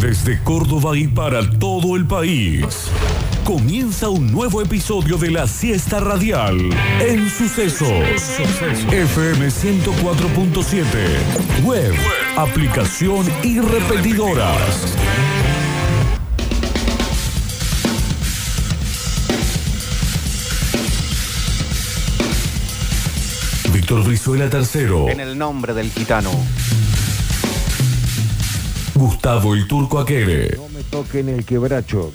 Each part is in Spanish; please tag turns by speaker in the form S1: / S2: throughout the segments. S1: Desde Córdoba y para todo el país. Comienza un nuevo episodio de la siesta radial en Sucesos. FM 104.7. Web, aplicación y repetidoras. Víctor Brizuela
S2: En
S1: III,
S2: el nombre del gitano.
S1: Gustavo el Turco Aquere,
S3: No me toquen el quebracho.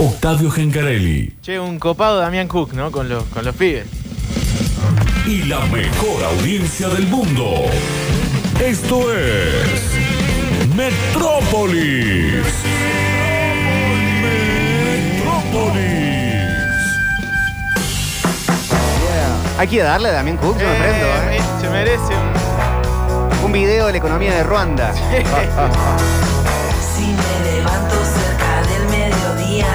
S1: Octavio Gencarelli
S4: Che, un copado Damián Cook, ¿no? Con los, con los pibes.
S1: y la mejor audiencia del mundo. Esto es Metrópolis. Metrópolis.
S2: Hay que darle a Damián Cook, yo me
S4: Eh,
S2: prendo. ¿eh?
S4: me- Se merece un...
S2: Un video de la economía de Ruanda.
S5: Si me levanto cerca del mediodía,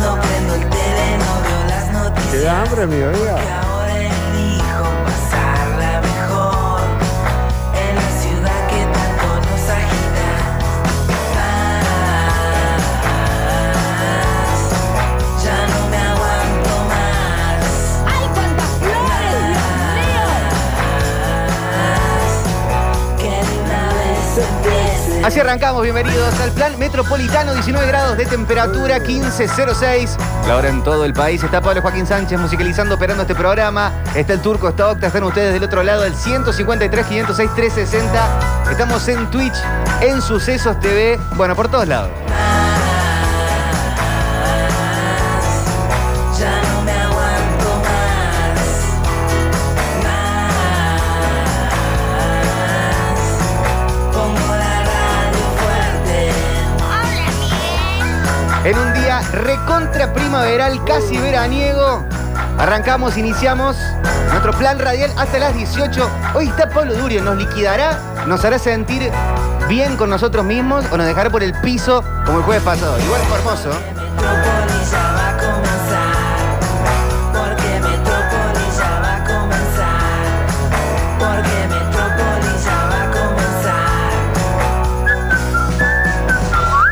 S5: no prendo el tele, no veo las
S3: ¿Te da
S5: noticias.
S3: hambre, amigo?
S5: Que ahora elijo pasarla mejor en la ciudad que tanto nos Ah, agita. Más, Ya no me aguanto más.
S6: ¡Ay, cuántas flores! ¡Dios
S5: Ah, Que de una vez empiece.
S2: Así arrancamos, bienvenidos al plan metropolitano, 19 grados de temperatura, 1506. La hora en todo el país. Está Pablo Joaquín Sánchez musicalizando, operando este programa. Está el turco, está Octa, están ustedes del otro lado, el 153, 506, 360. Estamos en Twitch, en Sucesos TV, bueno, por todos lados.
S5: Ya no me aguanto más, más. Pongo la radio fuerte.
S2: En un día recontra primaveral, casi veraniego. Arrancamos, iniciamos nuestro plan radial hasta las 18. Hoy está Pablo Durio, nos liquidará, nos hará sentir bien con nosotros mismos o nos dejará por el piso como el jueves pasado. Igual fue hermoso.
S5: Que Metrópolis ya va a comenzar. Porque Metrópolis ya va a comenzar. Porque Metrópolis ya va a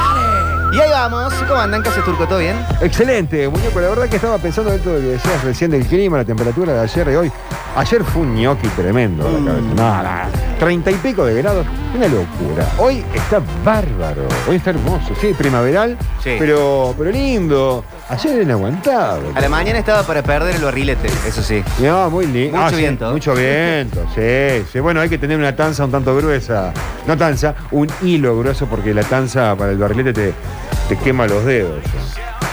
S5: comenzar.
S2: Y ahí vamos. ¿Cómo andan? ¿Qué haces, Turco? ¿Todo bien?
S3: Excelente, muñeco. La verdad que estaba pensando dentro de lo que decías recién del clima, la temperatura de ayer y hoy. Ayer fue un ñoqui tremendo.
S2: Mm.
S3: la cabeza. Nada, treinta y pico de grados. Una locura. Hoy está bárbaro. Hoy está hermoso. Sí, primaveral,
S2: Sí.
S3: Pero, pero lindo. Ayer era inaguantable.
S2: A la mañana estaba para perder el barrilete, eso sí.
S3: No, muy lindo.
S2: Mucho
S3: sí,
S2: viento.
S3: mucho viento, sí, sí. Bueno, hay que tener una tanza un tanto gruesa. No tanza, un hilo grueso porque la tanza para el barrilete te, te quema los dedos.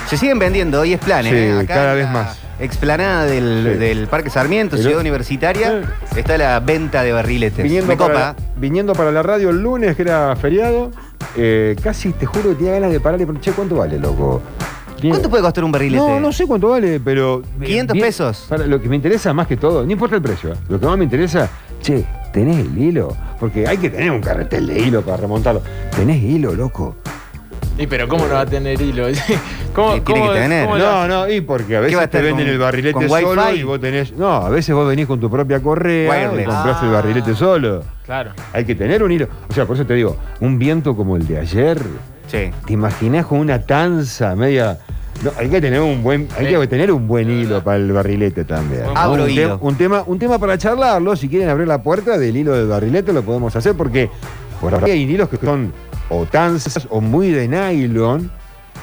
S2: Se siguen vendiendo, hoy es plan,
S3: Sí,
S2: ¿eh? Acá
S3: cada
S2: en
S3: vez
S2: la
S3: más.
S2: Explanada del,
S3: Sí.
S2: del Parque Sarmiento,
S3: Pero-
S2: Ciudad Universitaria, está la venta de barriletes. Me copa.
S3: para, viniendo para la radio el lunes, que era feriado, eh, casi te juro que tenía ganas de parar y preguntar, che, ¿cuánto vale, loco? Tiene-
S2: ¿Cuánto puede costar un barrilete?
S3: No, no sé cuánto vale, pero...
S2: 500
S3: bien-
S2: pesos.
S3: Para, lo que me interesa más que todo, no importa el precio, ¿eh? lo que más me interesa, che, ¿tenés el hilo? Porque hay que tener un carretel de hilo para remontarlo. ¿Tenés hilo, loco?
S4: Y pero ¿cómo no va a tener hilo?
S2: Sí,
S4: ¿Cómo,
S2: tiene
S4: cómo-
S2: que tener.
S4: cómo lo-
S3: No, no, y porque a
S2: ¿Qué va a
S3: veces te
S2: estar
S3: venden
S2: con-
S3: el barrilete
S2: con
S3: solo
S2: Wi-Fi?
S3: y vos tenés. No, a veces vos venís con tu propia correa
S2: Wireless. Ah.
S3: y compras el barrilete solo.
S4: Claro.
S3: Hay que tener un hilo. O sea, por eso te digo, un viento como el de ayer,
S2: Sí.
S3: ¿te imaginás con una tanza media? No, hay que tener un buen, hay
S4: Sí.
S3: que tener un buen hilo para el barrilete también.
S4: Buen
S2: Abro
S3: un,
S2: hilo.
S3: tema- un tema, un tema para charlarlo. Si quieren abrir la puerta del hilo del barrilete, lo podemos hacer porque por ahí hay hilos que son o tanzas o muy de nylon.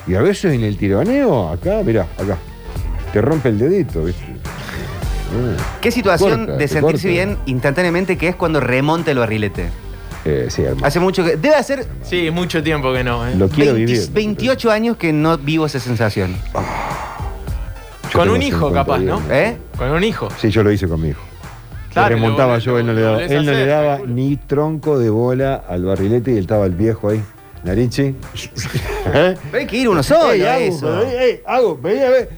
S3: Y a veces en el tironeo, acá, mirá, acá. Te rompe el dedito, ¿viste? Mm,
S2: ¿Qué situación
S3: Corta,
S2: de
S3: te
S2: sentirse
S3: corta.
S2: bien instantáneamente que es cuando remonta el barrilete?
S3: eh, sí, hermano.
S2: Hace mucho que. Debe hacer
S4: Sí, mucho tiempo que no. ¿eh?
S3: Lo quiero
S2: 20
S3: vivir.
S2: 28 años que no vivo esa sensación.
S3: Yo
S4: Con
S3: tengo
S4: un hijo
S3: 50
S4: capaz, ¿no?
S3: años.
S2: ¿eh?
S4: Con un hijo.
S3: Sí, yo lo hice con mi hijo.
S4: Claro,
S3: le remontaba
S4: lo-
S3: yo, él no le
S4: lo
S3: daba,
S4: volvés
S3: él
S4: a
S3: no le
S4: hacer,
S3: daba
S4: calculo.
S3: ni tronco de bola al barrilete y él estaba el viejo ahí. Narichi. ¿Eh?
S2: Pero hay que ir uno solo
S3: Ey,
S2: a
S3: Agus,
S2: eso.
S3: ey, ey, Agus, vení a ver.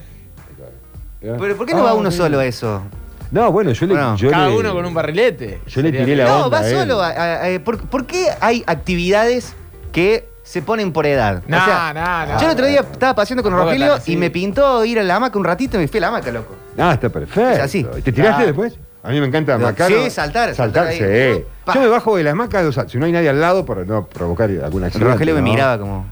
S2: Pero ¿por qué no va
S3: Ah,
S2: uno
S3: mira.
S2: solo a eso?
S3: No, bueno, yo le.
S2: Bueno,
S3: yo
S4: Cada
S3: le-
S4: uno con un barrilete.
S3: yo le
S4: Sería
S3: tiré la
S4: bien.
S3: onda.
S2: No, va
S3: él.
S2: solo. a- a- a- ¿por, por qué hay actividades que se ponen por edad?
S4: Nah, nah, nah.
S2: yo el otro día estaba paseando con
S4: Tampoco
S2: Rogelio
S4: tan así.
S2: y me pintó ir a la hamaca un ratito y me fui a la hamaca, loco.
S3: Ah, está perfecto.
S2: Es así.
S3: ¿Te tiraste
S4: Ah.
S3: después? A mí me encanta
S2: No,
S3: Macano.
S2: sí, saltar, saltar
S3: Saltar,
S2: ahí.
S3: sí.
S2: Pa.
S3: Yo me bajo de las macas, o sea, si no hay nadie al lado, para no provocar alguna acción.
S2: Rogelio me miraba como,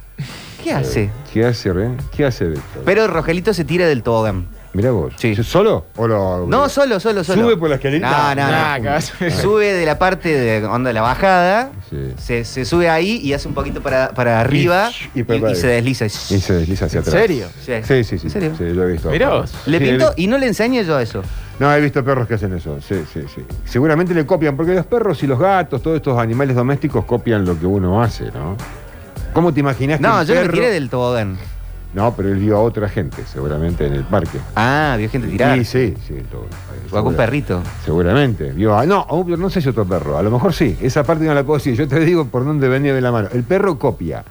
S2: ¿qué hace?
S3: ¿Qué hace, Ren? ¿Qué hace, Víctor?
S2: Pero Rogelito se tira del tobogán.
S3: Mirá vos.
S2: Sí.
S3: ¿Solo? ¿O lo-
S2: No, solo, solo, solo.
S3: ¿Sube por la escalera?
S2: No, no, no.
S4: Nah, cagazo.
S2: Sube de la parte de onda la bajada,
S3: Sí.
S2: se, se sube ahí y hace un poquito para, para arriba
S3: y
S2: y,
S3: para
S2: y
S3: abajo.
S2: se desliza.
S3: Y se desliza hacia
S4: ¿En
S3: atrás.
S4: serio?
S2: Sí,
S3: Sí, sí, sí.
S2: ¿En serio?
S3: Sí, lo he visto.
S4: Mirá vos.
S2: Le
S3: Sí,
S2: pinto
S3: he vi-
S2: y no le enseñé yo eso.
S3: No, he visto perros que hacen eso. Sí, sí, sí. Seguramente le copian, porque los perros y los gatos, todos estos animales domésticos copian lo que uno hace, ¿no? ¿Cómo te imaginas que
S2: No,
S3: un
S2: yo no me
S3: perro-
S2: tiré del tobogán.
S3: No, pero él vio a otra gente, seguramente, en el parque.
S2: Ah, vio gente tirar.
S3: Sí, sí, sí. todo.
S2: o algún perrito.
S3: Seguramente. Vio a- no, a un- no sé si otro perro. A lo mejor sí. Esa parte no la puedo decir. Yo te digo por dónde venía de la mano. El perro copia.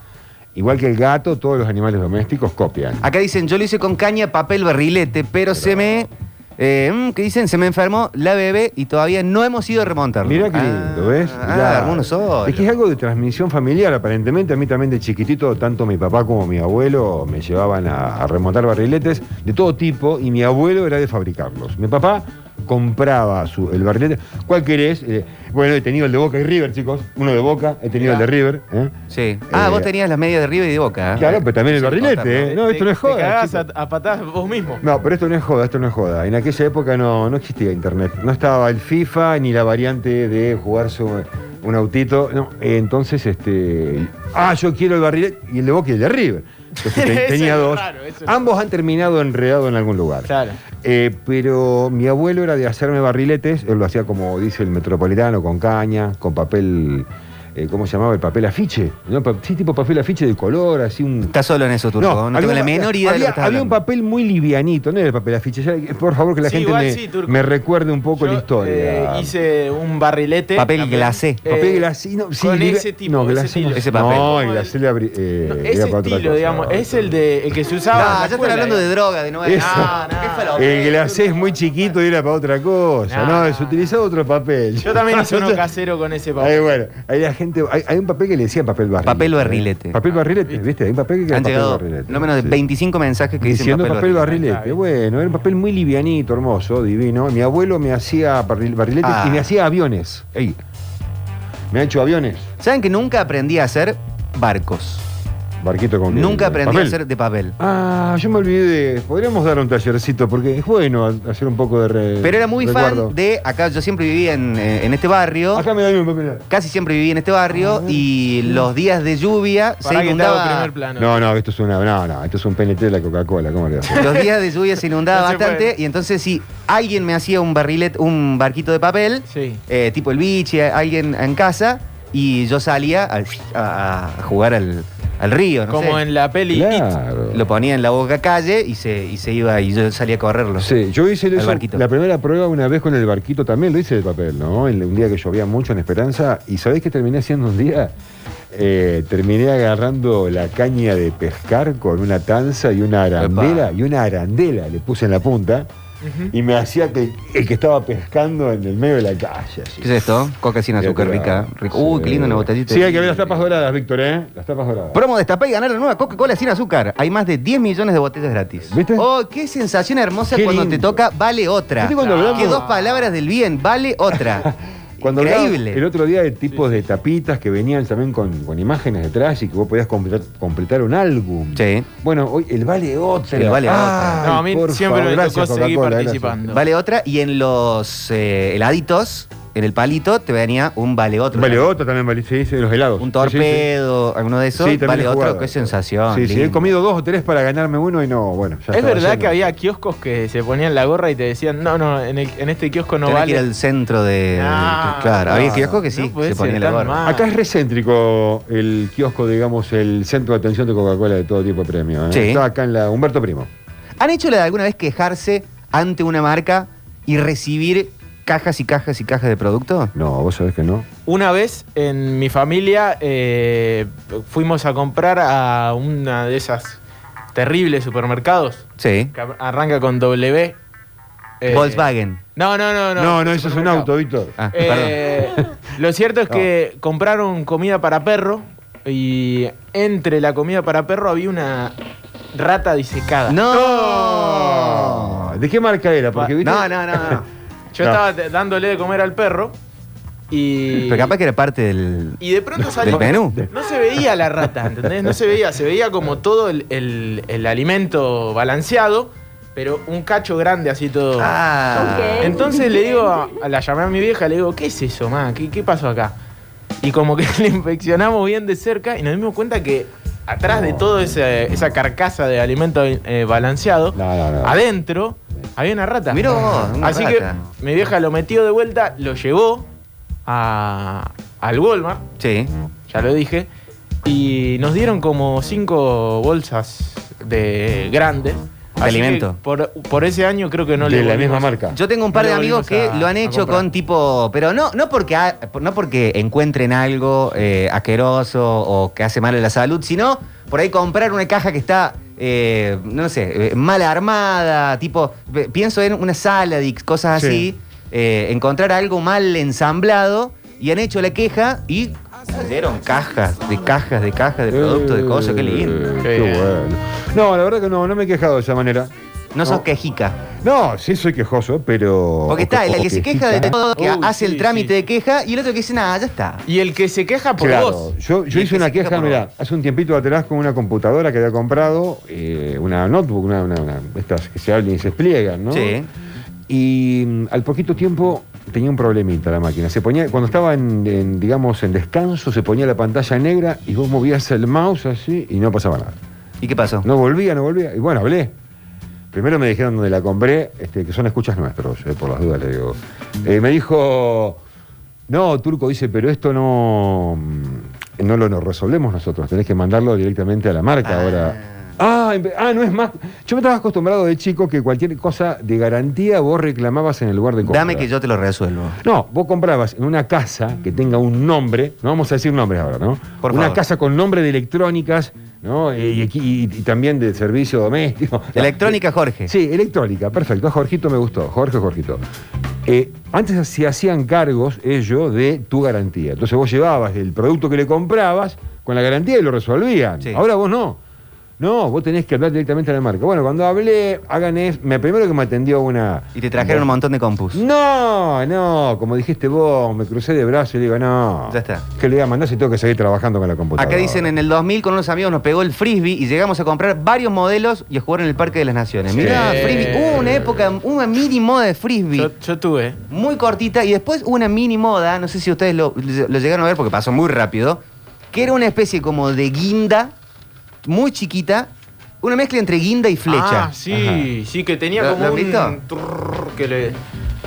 S3: Igual que el gato, todos los animales domésticos copian.
S2: Acá dicen, yo lo hice con caña, papel, barrilete, pero, se me... eh, mm, ¿Qué dicen? Se me enfermó la bebé y todavía no hemos ido a remontarlo.
S3: Mira qué
S2: Ah,
S3: lindo, ¿ves?
S2: Ah,
S3: Mirá.
S2: armó uno solo.
S3: Es que es algo de transmisión familiar, aparentemente. A mí también de chiquitito, tanto mi papá como mi abuelo me llevaban a, a remontar barriletes de todo tipo y mi abuelo era de fabricarlos. Mi papá compraba su- el barrilete. ¿Cuál querés? Eh, bueno, he tenido el de Boca y River, chicos. Uno de Boca, he tenido el de River. ¿eh?
S2: Sí. Ah,
S3: Eh,
S2: vos tenías las medias de arriba y de boca. ¿eh?
S3: Claro, pero también el
S2: Sí,
S3: barrilete. ¿eh? No, esto no es
S4: Te
S3: joda.
S4: cagás a,
S3: chicos.
S4: a patadas vos mismo.
S3: No, pero esto no es joda, esto no es joda. En aquella época no, no existía internet. No estaba el FIFA ni la variante de jugar sobre un autito. No, eh, entonces, este. Ah, yo quiero el barrilete y el de Boca y el de River. Entonces te-
S4: Eso
S3: tenía
S4: es
S3: dos.
S4: raro, eso es
S3: Ambos han terminado enredados en algún lugar.
S4: Claro.
S3: Eh, pero mi abuelo era de hacerme barriletes, él lo hacía como dice el metropolitano, con caña, con papel, eh, ¿cómo se llamaba? El papel afiche. ¿no? Pa- sí, tipo papel afiche de color, así un,
S2: Estás solo en eso, Turco. No,
S3: había
S2: tengo la
S3: un-
S2: menor idea
S3: había,
S2: de lo que estás
S3: había un
S2: hablando.
S3: papel muy livianito, no era el papel afiche. ya- por favor, que la
S4: Sí,
S3: gente
S4: igual
S3: me,
S4: sí, Turco.
S3: me recuerde un poco
S4: Yo,
S3: la historia.
S4: eh, hice un barrilete.
S2: Papel
S4: también.
S2: glacé.
S3: papel
S4: Eh,
S3: glacino. sí,
S4: con
S3: livi-
S4: ese tipo.
S3: No,
S4: ese
S3: glacé no-
S4: estilo.
S2: Ese papel.
S3: No, el
S4: Como
S3: glacé le abrí- eh,
S4: No,
S3: era
S4: ese
S3: para otra
S4: estilo,
S3: cosa.
S4: digamos, es el de el que se usaba. en la
S2: Ah, ya están
S4: escuela, eh.
S2: hablando de
S4: digamos.
S2: droga de nuevo.
S3: Eso.
S2: Ah, no, qué falopa.
S3: El glacé es muy chiquito y era para otra cosa.
S4: No,
S3: No, se
S4: no,
S3: utilizaba otro papel.
S4: Yo también hice uno
S3: Yo-
S4: casero con ese papel.
S3: Ahí, bueno, ahí la gente. Hay, hay un papel que le decía papel barrilete.
S2: Papel barrilete.
S3: ¿eh? Papel barrilete, ¿viste? Hay un papel que era
S2: Han
S3: papel
S2: llegado
S3: barrilete.
S2: no menos de
S3: Sí.
S2: 25 mensajes que dicen
S3: Diciendo
S2: papel,
S3: papel, barrilete. Bueno, era un papel muy livianito, hermoso, divino. Mi abuelo me hacía barril- barriletes
S2: Ah.
S3: y me hacía aviones. Ey, Me ha hecho aviones.
S2: ¿Saben que nunca aprendí a hacer barcos?
S3: Barquito con
S2: Nunca aprendí
S3: papel.
S2: a hacer de papel.
S3: Ah, yo me olvidé. Podríamos dar un tallercito porque es bueno hacer un poco de. re-
S2: Pero era muy
S3: recuerdo.
S2: fan de. Acá yo siempre viví en, eh, en este barrio.
S3: Acá Ah, me da un papel.
S2: Casi siempre viví en este barrio. Y los días de lluvia
S4: Pará
S2: se
S4: que te hago
S2: inundaba.
S4: primer plano.
S3: No, no, esto es una. No, no, esto es un PNT de la Coca-Cola. ¿Cómo le haces?
S2: Los días de lluvia se inundaba
S4: No se puede.
S2: bastante. Y entonces, si alguien me hacía un barrilet, un barquito de papel,
S4: Sí.
S2: eh, tipo el biche, alguien en casa, y yo salía al- a, a jugar al, al río, no
S4: Como
S2: sé.
S4: en la peli It.
S3: Claro.
S2: Lo ponía en la boca calle y se, y se iba y yo salía a correrlo.
S3: Sí, yo hice eso,
S2: barquito.
S3: la primera prueba una vez con el barquito también, lo hice de papel, ¿no? El- un día que llovía mucho en Esperanza, y ¿sabéis qué terminé haciendo un día? Eh, terminé agarrando la caña de pescar con una tanza y una arandela, y una arandela le puse en la punta, y me hacía que el que estaba pescando en el medio de la calle. así.
S2: ¿Qué es esto? Coca sin azúcar, rica. rica. Uy, qué lindo una botellita.
S3: Sí, hay que ver las tapas doradas, Víctor, ¿eh? Las tapas doradas.
S2: Promo destapé y ganar la nueva Coca-Cola sin azúcar. Hay más de 10 millones de botellas gratis.
S3: ¿Viste?
S2: Oh, qué sensación hermosa
S3: Qué
S2: cuando te
S3: lindo.
S2: toca vale otra.
S3: ¿Viste cuando hablamos?
S2: Que dos palabras del bien, vale otra.
S3: Cuando hablaba
S2: Increíble.
S3: el otro día de tipos de tapitas que venían también con, con imágenes detrás y que vos podías completar, completar un álbum.
S2: Sí.
S3: Bueno, hoy el vale otra.
S2: El vale
S4: otra. No, a mí
S3: por
S4: siempre me tocó seguir
S3: Coca-Cola,
S4: participando.
S3: gracias.
S2: Vale otra y en los eh, heladitos, en el palito, te venía un vale otro.
S3: Vale otra también, vale, sí, sí, los helados.
S2: Un
S3: Sí, sí, sí.
S2: torpedo, alguno de esos.
S3: Sí, también
S2: vale
S3: he
S2: otro,
S3: jugado.
S2: qué sensación.
S3: Sí, sí,
S2: lindo.
S3: he comido dos o tres para ganarme uno y no, bueno. ya
S4: Es
S3: estaba
S4: verdad
S3: lleno.
S4: que había kioscos que se ponían la gorra y te decían, no, no, en, el- en este kiosco no
S2: Tenés que ir
S4: vale.
S2: al centro de.
S4: Ah,
S2: claro, había
S3: no,
S2: kioscos que sí,
S4: no puede
S2: se ponía
S4: ser
S2: la
S4: tan
S2: gorra.
S4: mal.
S3: Acá es recéntrico el kiosco, digamos, el centro de atención de Coca-Cola de todo tipo de premios. ¿eh?
S2: Sí.
S3: Está acá en la Humberto Primo.
S2: ¿Han hecho la de alguna vez quejarse ante una marca y recibir cajas y cajas y cajas de producto?
S3: No, vos sabés que no.
S4: Una vez en mi familia eh, fuimos a comprar a una de esas terribles supermercados
S2: Sí.
S4: que ar- arranca con W. eh,
S2: Volkswagen.
S4: No, no, no, no.
S3: No, no, eso es un
S4: supermercado.
S3: auto, Víctor.
S2: Ah,
S4: Eh, lo cierto es que compraron comida para perro y entre la comida para perro había una rata disecada.
S2: perdón. ¡No!
S3: ¿De qué marca era? Porque, ¿viste?
S2: No, no, no, no.
S4: Yo
S3: No.
S4: estaba te- dándole de comer al perro y.
S2: Pero capaz que era parte del.
S4: Y de pronto salió.
S2: Del menú.
S4: No se veía la rata, ¿entendés? No se veía, se veía como todo el, el- el alimento balanceado, pero un cacho grande así todo.
S2: Ah.
S6: Ok.
S4: Entonces le digo, a, a la llamé a mi vieja, le digo, ¿qué es eso, ma? ¿Qué, qué pasó acá? Y como que le inspeccionamos bien de cerca y nos dimos cuenta que atrás de toda esa carcasa de alimento eh, balanceado,
S3: No, no, no.
S4: adentro había una rata.
S2: Mirá vos, una
S4: Así
S2: rata.
S4: que mi vieja lo metió de vuelta, lo llevó a- al Walmart,
S2: Sí.
S4: ya lo dije, y nos dieron como cinco bolsas de grandes.
S2: De
S4: Así que
S2: alimento.
S4: Por, por ese año creo que no
S3: de
S4: le
S3: la misma
S4: volvimos-
S3: marca.
S2: Yo tengo un par
S4: No
S2: de
S4: lo
S2: amigos que
S4: volvimos a-
S2: lo han
S4: a
S2: hecho
S4: comprar.
S2: con tipo, pero no, no porque ha- no porque encuentren algo eh, asqueroso o que hace mal a la salud, sino por ahí comprar una caja que está, eh, no sé, eh, mal armada, tipo, pe- pienso en una sala y cosas
S3: Sí.
S2: así, eh, encontrar algo mal ensamblado y han hecho la queja y dieron cajas, de cajas, de cajas, de productos, de cosas, qué lindo.
S3: Eh,
S4: Qué
S3: Qué bueno. No, la verdad que no, no me he quejado de esa manera.
S2: No sos
S4: Eh.
S3: No.
S2: quejica.
S3: No, sí soy quejoso, pero.
S4: Oh,
S2: Porque está el, el que se queja de todo, que
S4: eh. Uy,
S2: hace el
S4: sí,
S2: trámite
S4: sí.
S2: de queja, y el otro que dice, nada, ya está.
S4: Y el que se queja por
S3: Claro,
S4: vos.
S3: yo, yo
S2: Y
S3: hice
S2: que se
S3: una
S2: queja
S3: queja,
S2: por
S3: mira,
S2: vos.
S3: hace un tiempito atrás con una computadora que había comprado, eh, una notebook, una, una- una- estas que se abren y se despliegan, ¿no?
S2: Sí.
S3: Y mm, al poquito tiempo tenía un problemita la máquina. Se ponía, cuando estaba en, en, digamos, en descanso, se ponía la pantalla negra y vos movías el mouse así y no pasaba nada.
S2: ¿Y qué pasó?
S3: No volvía, no volvía. Y bueno, hablé. Primero me dijeron donde la compré, este, que son escuchas nuestros, eh, por las dudas le digo. Eh, me dijo, no, Turco dice, pero esto no, mm, no lo no resolvemos nosotros, tenés que mandarlo directamente a la marca ahora. Ah, empe- ah, no es más. Yo me estaba acostumbrado de chico que cualquier cosa de garantía vos reclamabas en el lugar de compra.
S2: Dame que yo te lo resuelvo.
S3: No, vos comprabas en una casa que tenga un nombre, no vamos a decir nombres ahora, ¿no?
S2: Por
S3: una
S2: favor.
S3: casa con nombre de electrónicas, ¿no? Eh, Y, aquí- y- y también de servicio doméstico.
S2: Electrónica Jorge.
S3: Sí, electrónica, perfecto. A Jorgito me gustó, Jorge, Jorgito. Eh, antes se hacían cargos ellos de tu garantía. Entonces vos llevabas el producto que le comprabas con la garantía y lo resolvían.
S2: Sí.
S3: Ahora vos no. No, vos tenés que hablar directamente a la marca. Bueno, cuando hablé, hagan es, me primero que me atendió una...
S2: Y te trajeron un montón de compus.
S3: No, no, como dijiste vos, me crucé de brazo y le digo, no.
S2: Ya está.
S3: Que le voy a mandar si tengo que seguir trabajando con la computadora.
S2: Acá dicen, en el 2000 con unos amigos nos pegó el frisbee y llegamos a comprar varios modelos y a jugar en el Parque de las Naciones.
S3: Sí.
S2: Mirá, frisbee. Hubo una época, una mini moda de frisbee.
S4: Yo, yo tuve.
S2: Muy cortita y después hubo una mini moda, no sé si ustedes lo, lo llegaron a ver porque pasó muy rápido, que era una especie como de guinda, muy chiquita, una mezcla entre guinda y flecha.
S4: Ah, sí, sí, que tenía
S2: ¿Lo-
S4: como
S2: lo has
S4: un
S2: visto?
S4: trrr que le-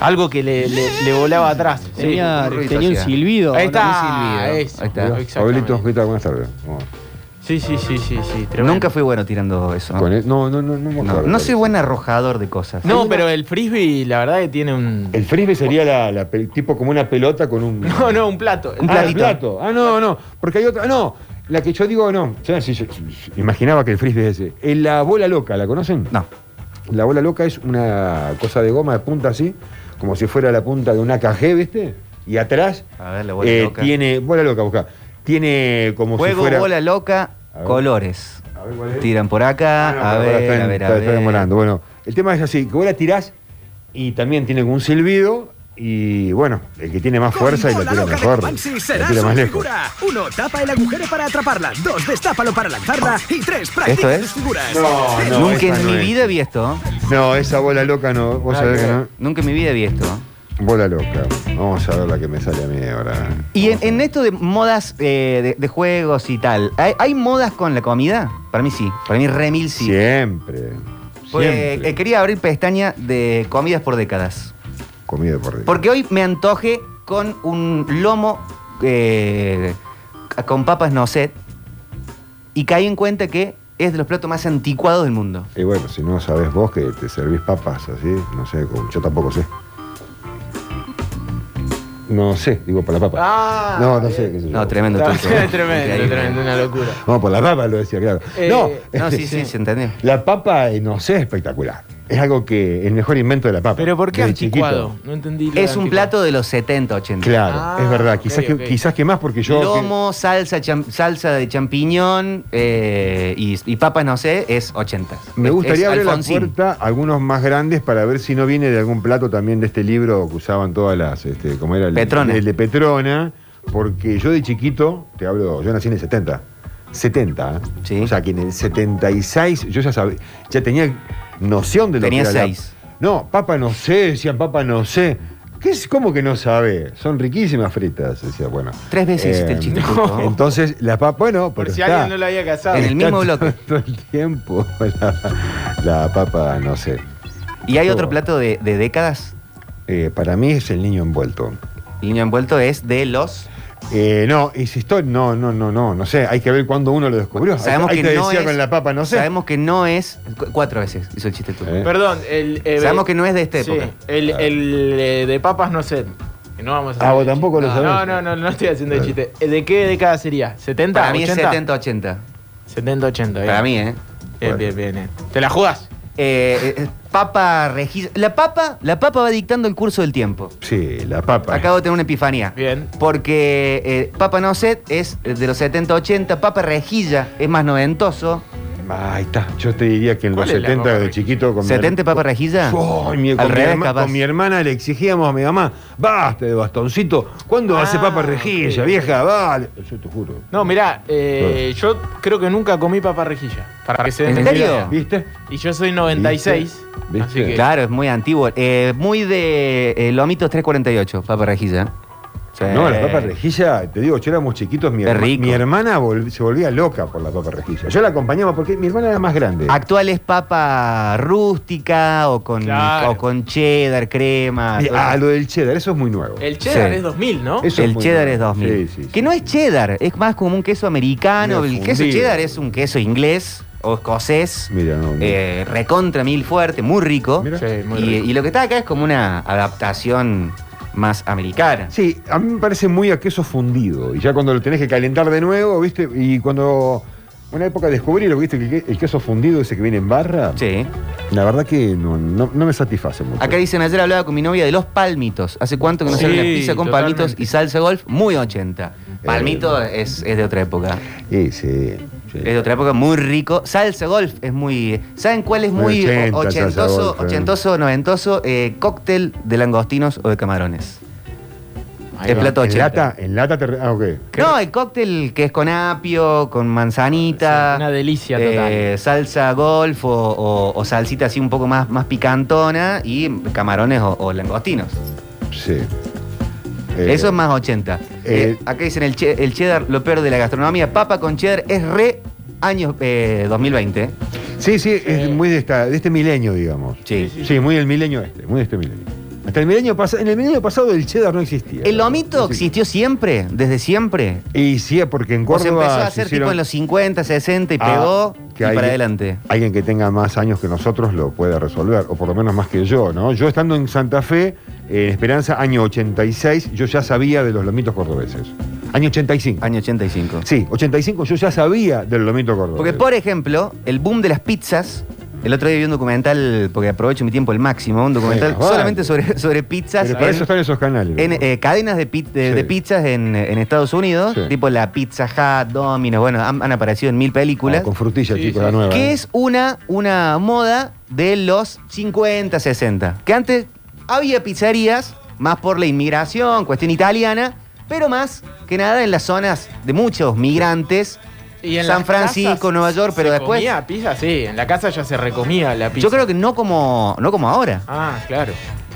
S4: algo que le, le- le volaba atrás. sí.
S7: Tenía,
S2: un ruido
S7: tenía un
S2: hacía.
S7: silbido.
S4: Ahí
S7: ¿no?
S4: está.
S2: silbido.
S4: eso,
S2: Ahí está.
S4: exactamente.
S3: Pablito, ¿qué tal? Buenas tardes. Oh,
S4: Sí, sí, sí, sí, sí. tremendo.
S2: Nunca fui bueno tirando eso.
S3: con él- No, no, no, no, me
S2: Ah. No,
S3: acuerdo.
S2: no soy buen arrojador de cosas.
S4: No, pero eh, el frisbee, la verdad que tiene un.
S3: El frisbee sería la, la pe- tipo como una pelota con un.
S4: No, no, un plato.
S2: Un
S3: ah, el
S2: platito.
S3: plato. Ah, no, no. Porque hay otra. No, la que yo digo, no. Ya, sí, yo- yo imaginaba que el frisbee es ese. Eh, La bola loca, ¿la conocen?
S2: No.
S3: La bola loca es una cosa de goma de punta así, como si fuera la punta de una cajé, ¿viste? Y atrás
S2: A ver, la bola
S3: eh,
S2: loca.
S3: tiene. Bola loca, busca. Tiene como si
S2: Juego,
S3: fuera.
S2: bola loca,
S3: A ver.
S2: colores.
S3: A ver, ¿cuál es? Ah,
S2: Tiran por acá,
S3: No,
S2: a,
S3: ahora
S2: ver,
S3: están-
S2: a ver, a
S3: está-
S2: ver,
S3: está demorando. Bueno, el tema es así, que vos la tirás y también tiene como un silbido y bueno, el que tiene más fuerza y la
S8: Con
S3: tira
S8: bola loca de
S3: mejor,
S8: Banksy
S3: la
S8: será
S3: tira
S8: su
S3: más lejos.
S8: figura. Uno, tapa el agujero para atraparla. Dos, destápalo para lanzarla. Y tres,
S2: ¿Esto
S8: practica
S2: es?
S8: tus figuras.
S3: No, no,
S2: Nunca
S3: esa
S2: en
S3: no
S2: mi
S3: es.
S2: vida vi esto.
S3: No, esa bola loca no, vos sabés que no.
S2: Nunca en mi vida vi esto.
S3: Bola loca. Vamos a ver la que me sale a mí ahora.
S2: Y en, en esto de modas eh, de, de juegos y tal, ¿hay, hay modas con la comida? Para mí sí, para mí remil sí.
S3: Siempre.
S2: Porque,
S3: siempre.
S2: eh, quería abrir pestaña de comidas por décadas.
S3: Comida por dentro.
S2: Porque hoy me antoje con un lomo eh, con papas no sé y caí en cuenta que es de los platos más anticuados del mundo.
S3: Y bueno, si no sabés vos que te servís papas así, no sé, con- yo tampoco sé. No sé, digo para la papa.
S4: Ah,
S3: no, no
S4: bien.
S3: sé. qué sé yo.
S2: No, tremendo.
S4: Está-
S2: Turco, ¿eh?
S4: tremendo,
S2: Increíble.
S4: tremendo, una locura.
S3: No, por la papa lo decía, claro.
S4: Eh,
S3: no,
S2: No,
S3: este,
S2: sí, sí, se entendió.
S3: La papa, eh, no sé, espectacular. es algo que. El mejor invento de la papa.
S4: Pero ¿por qué
S3: desde chiquito.
S4: anticuado? No entendí. lo de
S2: Es un
S4: anticuado.
S2: plato de los 70, 80.
S3: Claro,
S4: Ah,
S3: es verdad.
S4: ok,
S3: Quizás,
S4: ok.
S3: que, quizás que más porque yo. que-
S2: Lomo, salsa, cham- salsa de champiñón eh, y, y papas, no sé, es 80.
S3: Me
S2: Es- es
S3: gustaría abrir la
S2: Alfonsín.
S3: puerta a algunos más grandes para ver si no viene de algún plato también de este libro que usaban todas las, este, como era el,
S2: Petrona.
S3: el de Petrona, porque yo de chiquito, te hablo, yo nací en el 70, 70, ¿eh?
S2: Sí.
S3: o sea que en el 76 yo ya sabía, ya tenía noción de lo
S2: Tenía
S3: que era la-
S2: seis.
S3: No, papa no sé, decían papa no sé. ¿Qué es? ¿Cómo que no sabe? Son riquísimas fritas, decía, bueno. Eh,
S2: Tres veces hiciste el chiste, Justo.
S3: Entonces, las papas, bueno,
S4: Por
S3: pero
S4: si
S3: está.
S4: alguien no lo había casado.
S2: En el mismo
S3: Está
S2: bloque.
S3: Todo el tiempo la, la papa, no sé.
S2: ¿Y hay otro plato de, de décadas?
S3: Eh, para mí es el niño envuelto.
S2: El niño envuelto es de los.
S3: Eh, no, insisto, no, no, no, no, no sé. Hay que ver cuándo uno lo descubrió.
S2: Sabemos
S3: Hay- hay
S2: que no
S3: decía
S2: es.
S3: con la papa, no sé.
S2: Sabemos que no es. cu- Cuatro veces hizo el chiste tú.
S3: Eh.
S4: Perdón, el. eh,
S2: Sabemos que no es de esta
S4: sí,
S2: época.
S4: el, el, eh, de papas no sé. que No vamos a
S3: Ah,
S4: hacer
S3: vos
S4: el
S3: tampoco lo
S4: chiste.
S3: sabés.
S4: No, no, no, no estoy haciendo el chiste. Eh, ¿De qué década sería? ¿70?
S2: Para mí es
S4: 80?
S2: 70-80.
S4: 70, 80. bien.
S2: Para mí, ¿eh?
S4: Bien, bien, bien. bien. ¿Te la jugás?
S2: Eh, eh, papa regis- La papa, la papa va dictando el curso del tiempo.
S3: Sí, la papa.
S2: Acabo de tener una epifanía.
S4: Bien.
S2: Porque eh, Papa No Set es de los 70-80, Papa Rejilla es más noventoso.
S3: Ah, Ahí está. Yo te diría que en los
S4: ¿Cuál es la
S3: 70
S4: papa?
S3: de chiquito con mi her-
S2: 70 Papa Rejilla.
S3: Ay, mi-
S2: Al
S3: con, mi
S2: revés,
S3: herma-
S2: capaz.
S3: con mi hermana le exigíamos a mi mamá, basta de bastoncito, ¿cuándo hace
S4: Ah,
S3: papa rejilla,
S4: ok.
S3: vieja? Vale. Yo te juro.
S4: No, mirá, eh, yo creo que nunca comí papa rejilla. Para que se den
S2: ¿En
S4: una
S2: serio?
S4: idea.
S3: ¿Viste?
S4: Y yo soy 96.
S3: ¿Viste?
S4: Así que.
S2: Claro, es muy antiguo. Eh, muy de eh, Lomitos 348, Papa Rejilla. Sí.
S3: No, la papa rejilla, te digo, yo éramos chiquitos, mi,
S2: Eh. Qué
S3: herma-
S2: rico.
S3: mi hermana vol- se volvía loca por la papa rejilla. Yo la acompañaba porque mi hermana era más grande.
S2: Actual es papa rústica o con,
S4: Claro.
S2: o con cheddar, crema. todo
S3: Ah,
S2: eso.
S3: lo del cheddar, eso es muy nuevo.
S4: El cheddar
S2: Sí.
S4: es 2000, ¿no?
S3: Eso es
S2: el
S3: muy
S2: cheddar
S3: nuevo.
S2: es 2000.
S3: Sí, sí, sí.
S2: que no es cheddar, es más como un queso americano.
S3: Medio
S2: el queso
S3: fundido.
S2: cheddar es un queso inglés o escocés.
S3: Mira, no. no.
S2: eh, recontra mil fuerte, muy rico.
S3: Mira.
S4: Sí, muy
S2: y,
S4: rico.
S2: y lo que está acá es como una adaptación más americana.
S3: Sí, a mí me parece muy a queso fundido. Y ya cuando lo tenés que calentar de nuevo, ¿viste? Y cuando. Una época descubrí lo que viste, que el queso fundido ese que viene en barra.
S2: Sí.
S3: La verdad que no, no- no me satisface mucho.
S2: Acá dicen, ayer hablaba con mi novia de los palmitos. ¿Hace cuánto que no
S4: Sí,
S2: sale una pizza con
S4: totalmente.
S2: palmitos y salsa golf? Muy 80.
S3: Eh,
S2: Palmito es, es de otra época.
S3: Sí, sí. sí.
S2: Es de otra época, muy rico. Salsa golf es muy... ¿Saben cuál es muy
S3: Muy 80,
S2: o-
S3: salsa
S2: ochentoso,
S3: golf, eh.
S2: ochentoso, noventoso? Eh, cóctel de langostinos o de camarones.
S4: Ahí
S2: es
S4: va.
S2: plato
S3: ¿En
S2: 80.
S3: lata? ¿En lata? Te re- Ah, ok.
S2: No, el cóctel que es con apio, con manzanita.
S4: Sí, una delicia total.
S2: eh, salsa golf o, o- o salsita así un poco más, más picantona y camarones o, o langostinos.
S3: Sí. Eh,
S2: Eso es más 80. Eh,
S3: eh,
S2: acá dicen el, che- el cheddar, lo peor de la gastronomía. Papa con cheddar es re años eh, 2020. eh.
S3: Sí, sí, es muy de, esta- de este milenio, digamos.
S2: Sí.
S3: Sí, muy del milenio este, muy de este milenio. Hasta el milenio pasado, en el milenio pasado el cheddar no existía.
S2: El lomito
S3: No existía.
S2: existió siempre, desde siempre.
S3: Y sí, porque en
S2: O se
S3: Córdoba
S2: empezó a
S3: se
S2: hacer
S3: hicieron-
S2: tipo en los 50, 60 y
S3: Ah,
S2: pegó
S3: que
S2: y
S3: hay-
S2: para adelante.
S3: Alguien que tenga más años que nosotros lo puede resolver, o por lo menos más que yo, ¿no? Yo estando en Santa Fe, en Esperanza, año 86, yo ya sabía de los lomitos cordobeses. Año 85.
S2: Año 85.
S3: Sí, 85 yo ya sabía del lomito cordobés.
S2: Porque, por ejemplo, el boom de las pizzas. El otro día vi un documental, porque aprovecho mi tiempo el máximo, un documental
S3: Bueno, vale.
S2: solamente sobre, sobre pizzas.
S3: Pero para
S2: en-
S3: eso están esos canales.
S2: en, eh, cadenas de, pi- de-
S3: Sí.
S2: de pizzas en, en Estados Unidos,
S3: Sí.
S2: tipo la Pizza Hut, Domino's, bueno, han, han aparecido en mil películas,
S3: Ah, con frutillas,
S4: Sí,
S3: chicos,
S4: sí.
S3: la nueva.
S2: que
S3: ¿eh?
S2: es una, una moda de los 50, 60. Que antes había pizzerías, más por la inmigración, cuestión italiana, pero más que nada en las zonas de muchos migrantes.
S4: Y en
S2: San
S4: las
S2: Francisco,
S4: casas
S2: Nueva York, pero
S4: se
S2: después-
S4: comía pizza? Sí, en la casa ya se recomía la pizza.
S2: Yo creo que no como, no como ahora,
S4: Ah, claro.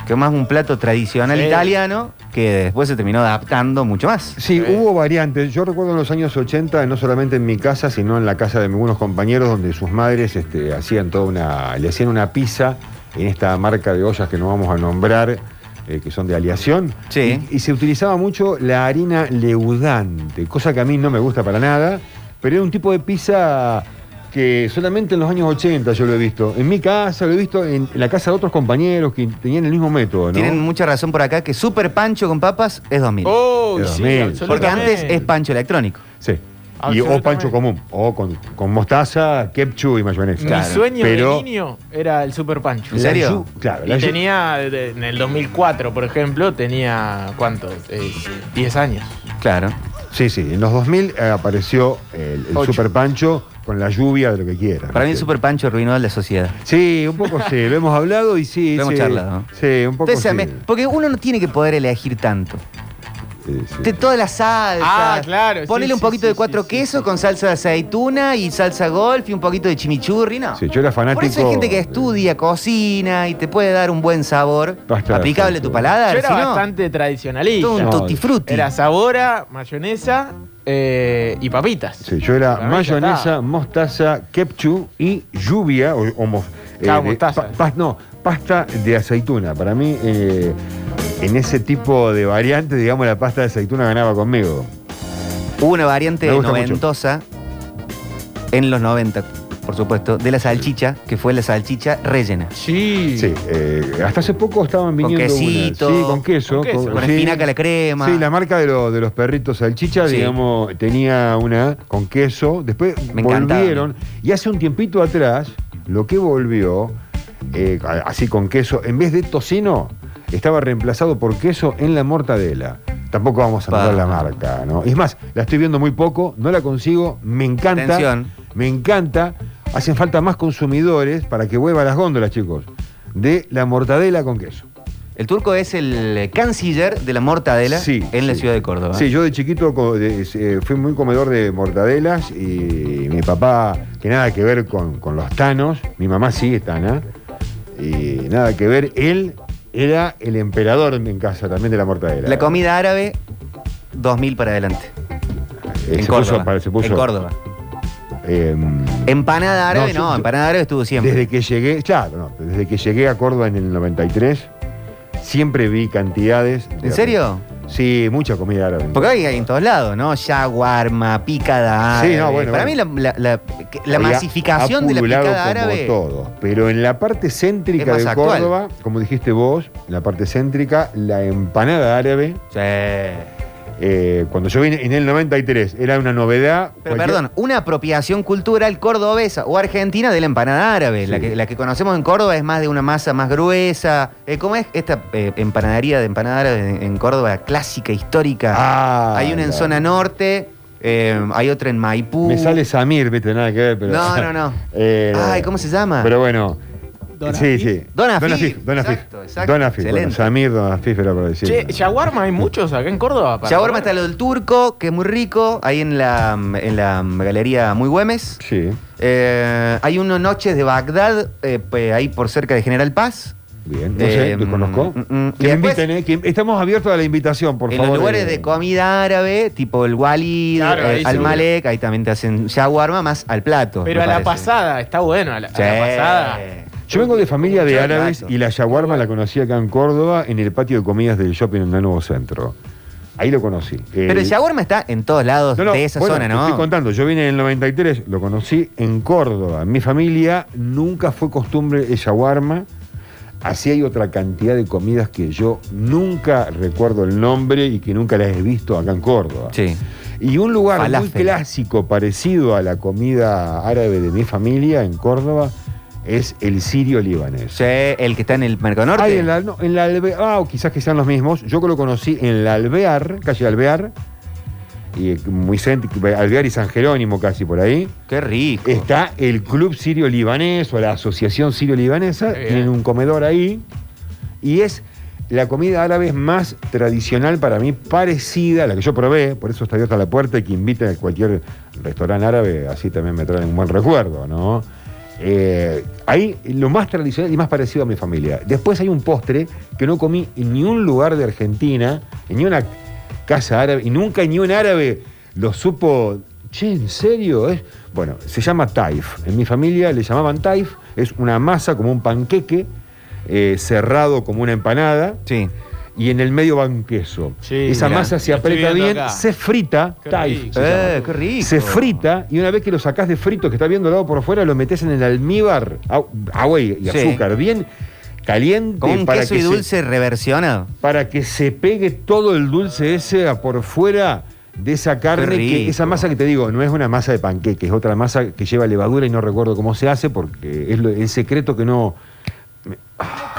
S2: que más un plato tradicional
S4: Sí.
S2: italiano que después se terminó adaptando mucho más.
S3: Sí,
S4: Sí.
S3: hubo variantes. Yo recuerdo en los años 80, no solamente en mi casa, sino en la casa de algunos compañeros, donde sus madres este, hacían toda una, le hacían una pizza en esta marca de ollas que no vamos a nombrar, eh, que son de aleación.
S2: Sí.
S3: Y, y se utilizaba mucho la harina leudante, cosa que a mí no me gusta para nada, pero era un tipo de pizza que solamente en los años 80 yo lo he visto. En mi casa lo he visto, en la casa de otros compañeros que tenían el mismo método, ¿no?
S2: Tienen mucha razón por acá que Super Pancho con papas es 2000.
S4: Oh,
S3: Dios
S4: sí,
S3: mío.
S4: absolutamente.
S2: Porque antes es pancho electrónico.
S3: Sí. Y, o
S4: Ah, Absolutamente.
S3: pancho común. O con, con mostaza, ketchup y mayonesa.
S4: Mi
S2: Claro,
S4: sueño
S3: pero-
S4: de niño era el Super Pancho.
S2: ¿En
S3: La
S2: serio?
S3: yu- claro, la
S4: Y
S3: yu-
S4: tenía, de- en el 2004, por ejemplo, tenía, ¿cuánto? Eh, 10 años.
S2: Claro.
S3: Sí, sí. En los 2000 eh, apareció el, el
S4: Ocho.
S3: super pancho con la lluvia de lo que quiera.
S2: Para mí el
S3: Sí.
S2: Super Pancho arruinó a la sociedad.
S3: Sí, un poco sí. Lo hemos hablado y sí.
S2: Lo hemos
S3: sí,
S2: charlado.
S3: Sí, un poco
S2: Usted se
S3: sí.
S2: ame- porque uno no tiene que poder elegir tanto.
S3: Sí, sí.
S2: De todas las salsas.
S4: Ah, claro, sí,
S2: Ponele un
S4: sí,
S2: poquito
S4: sí,
S2: de cuatro
S4: sí, sí,
S2: quesos
S4: sí.
S2: con salsa de aceituna y salsa golf y un poquito de chimichurri, ¿no?
S3: Sí, yo era fanático.
S2: Por eso hay gente que estudia, cocina y te puede dar un buen sabor
S3: Basta,
S2: aplicable a tu
S3: basta.
S2: paladar.
S4: Yo era
S2: si no,
S4: bastante tradicionalista.
S2: todo un
S3: No,
S2: tutti frutti.
S4: Era sabora, mayonesa eh, y papitas.
S3: Sí, yo era
S4: Para mí ya
S3: mayonesa,
S4: está.
S3: mostaza, ketchup y lluvia. O, o mo-
S4: Claro,
S3: de-
S4: mostaza.
S3: pa- pas- no, pasta de aceituna. Para mí, eh, en ese tipo de variante, digamos, la pasta de aceituna ganaba conmigo.
S2: Hubo una variante
S3: Me gusta mucho.
S2: noventosa en los 90, por supuesto, de la salchicha, que fue la salchicha rellena.
S4: Sí.
S3: Sí, eh, hasta hace poco estaban viniendo una.
S2: quesito,
S3: Sí, con queso.
S4: con queso.
S2: Con
S3: sí.
S2: espinaca a la crema.
S3: Sí, la marca de, lo- de los perritos salchicha,
S2: Sí.
S3: digamos, tenía una con queso. Después
S2: Me encantaba.
S3: volvieron. Y hace un tiempito atrás, lo que volvió, eh, a- así con queso, en vez de tocino, estaba reemplazado por queso en la mortadela. Tampoco vamos a
S2: Pa.
S3: nombrar la marca, ¿no? Es más, la estoy viendo muy poco, no la consigo, me encanta.
S2: Atención.
S3: Me encanta. Hacen falta más consumidores para que vuelva a las góndolas, chicos. De la mortadela con queso.
S2: El turco es el canciller de la mortadela
S3: Sí,
S2: en la
S3: sí.
S2: ciudad de Córdoba.
S3: Sí, yo de chiquito co- de- eh, fui muy comedor de mortadelas y mi papá, que nada que ver con, con los tanos, mi mamá sí es tana, y nada que ver, él era el emperador en casa también de la mortadela.
S2: La comida árabe, 2000 para adelante. en
S3: Eh, se puso-
S2: Córdoba.
S3: para- se puso,
S2: en Córdoba.
S3: em,
S2: Empanada árabe,
S3: No,
S2: no,
S3: yo-
S2: empanada árabe estuvo siempre.
S3: desde que llegué, claro, no, pero desde que llegué a Córdoba en el 93, siempre vi cantidades. de-
S2: ¿En serio?
S3: Sí, mucha comida árabe.
S2: Porque hoy hay en todos lados, ¿no? Yaguarma, picada árabe.
S3: Sí, no, bueno,
S2: Para
S3: bueno.
S2: mí la, la- la- que- la
S3: Hoy ha-
S2: masificación
S3: ha
S2: de la
S3: pululado
S2: picada
S3: como
S2: árabe.
S3: todo, pero en la parte
S2: Es
S3: céntrica
S2: más
S3: de
S2: actual.
S3: Córdoba, como dijiste vos, la parte céntrica, la empanada árabe,
S2: Sí.
S3: eh, cuando yo vine en el 93, era una novedad.
S2: Pero
S3: Cualquier-
S2: perdón, una apropiación cultural cordobesa o argentina de la empanada árabe. La,
S3: Sí.
S2: que, la que conocemos en Córdoba es más de una masa más gruesa. Eh, ¿Cómo es esta eh, empanadería de empanada árabe en, en Córdoba? Clásica, histórica.
S3: Ah,
S2: hay una en
S3: la-
S2: zona norte, eh, hay otra en Maipú.
S3: Me sale Samir, viste, nada que ver, pero.
S2: uh. No, no, no.
S3: Eh,
S2: Ay, ¿cómo se llama?
S3: Pero bueno.
S8: Dona
S3: sí,
S8: Fif.
S3: sí.
S2: Dona
S3: Donafif.
S2: Fif,
S3: Donafif.
S2: exacto, exacto, excelente.
S3: Samir, Donafif era para decir.
S4: Che, ¿yaguarma hay muchos acá en Córdoba? para
S2: Shawarma
S4: comer?
S2: está lo del turco, que es muy rico, ahí en la, en la mm, galería Muy Güemes.
S3: Sí,
S2: Eh, hay uno Noches de Bagdad, eh, pe- ahí por cerca de General Paz.
S3: bien. No sé,
S2: Eh,
S3: te conozco.
S2: mm, mm,
S3: que
S2: y
S3: me
S2: después-
S3: inviten, ¿eh? que- estamos abiertos a la invitación, por
S2: en
S3: favor.
S2: los lugares
S3: eh.
S2: de comida árabe, tipo el Walid,
S4: Claro, ahí
S2: eh, al
S4: seguro.
S2: Malek, ahí también te hacen shawarma más al plato.
S4: Pero
S2: me
S4: a la
S2: parece.
S4: pasada, está bueno, a la, a la
S2: Sí.
S4: pasada.
S3: Yo vengo de familia de
S2: Yo,
S3: árabes
S2: exacto.
S3: y la yaguarma la conocí acá en Córdoba, en el patio de comidas del shopping en el nuevo centro. Ahí lo conocí.
S2: Pero el
S3: yaguarma
S2: shawarma está en todos lados de esa zona,
S3: Te estoy
S2: ¿no?
S3: contando, yo vine en el 93, lo conocí en Córdoba. En mi familia nunca fue costumbre el shawarma. Así hay otra cantidad de comidas que yo nunca recuerdo el nombre y que nunca las he visto acá en Córdoba.
S2: Sí.
S3: Y un lugar muy
S2: Falafel.
S3: clásico, parecido a la comida árabe de mi familia en Córdoba, es el sirio libanés.
S2: Sí, el que está en el Mercado Norte.
S3: Hay en la, no, en la Albe- ah, o quizás que sean los mismos. Yo que lo conocí en la Alvear, calle Alvear, y eh, muy céntrico, Alvear y San Jerónimo casi por ahí.
S2: Qué rico.
S3: Está el Club Sirio Libanés o la Asociación Sirio Libanesa,
S4: Bien.
S3: tienen un comedor ahí y es la comida árabe más tradicional para mí, parecida a la que yo probé, por eso está abierta la puerta y que invita a cualquier restaurante árabe, así también me traen un buen recuerdo, ¿no? Eh, ahí lo más tradicional y más parecido a mi familia. Después hay un postre que no comí en ni un lugar de Argentina, en ni una casa árabe, y nunca ni un árabe lo supo. Che, ¿en serio? Es... Bueno, se llama taif. En mi familia le llamaban taif, es una masa como un panqueque, eh, cerrado como una empanada,
S2: Sí.
S3: y en el medio va un queso.
S4: Sí,
S3: Esa
S4: mirá,
S3: masa se
S4: lo estoy
S3: aprieta
S4: viendo
S3: bien,
S4: acá.
S3: se frita,
S4: Qué
S3: taif.
S4: rico.
S3: se llama.
S2: Eh, qué rico.
S3: Se frita y una vez que lo sacás de frito, que está bien dorado por fuera, lo metes en el almíbar, au- agua y, y
S2: Sí.
S3: azúcar, bien caliente.
S2: Con un
S3: para
S2: queso
S3: que
S2: y
S3: se-
S2: dulce reversionado.
S3: para que se pegue todo el dulce ese a por fuera de esa carne,
S2: Qué
S3: que,
S2: rico.
S3: esa masa que te digo, no es una masa de panqueque, es otra masa que lleva levadura y no recuerdo cómo se hace porque es lo- el secreto que no. me- Ah,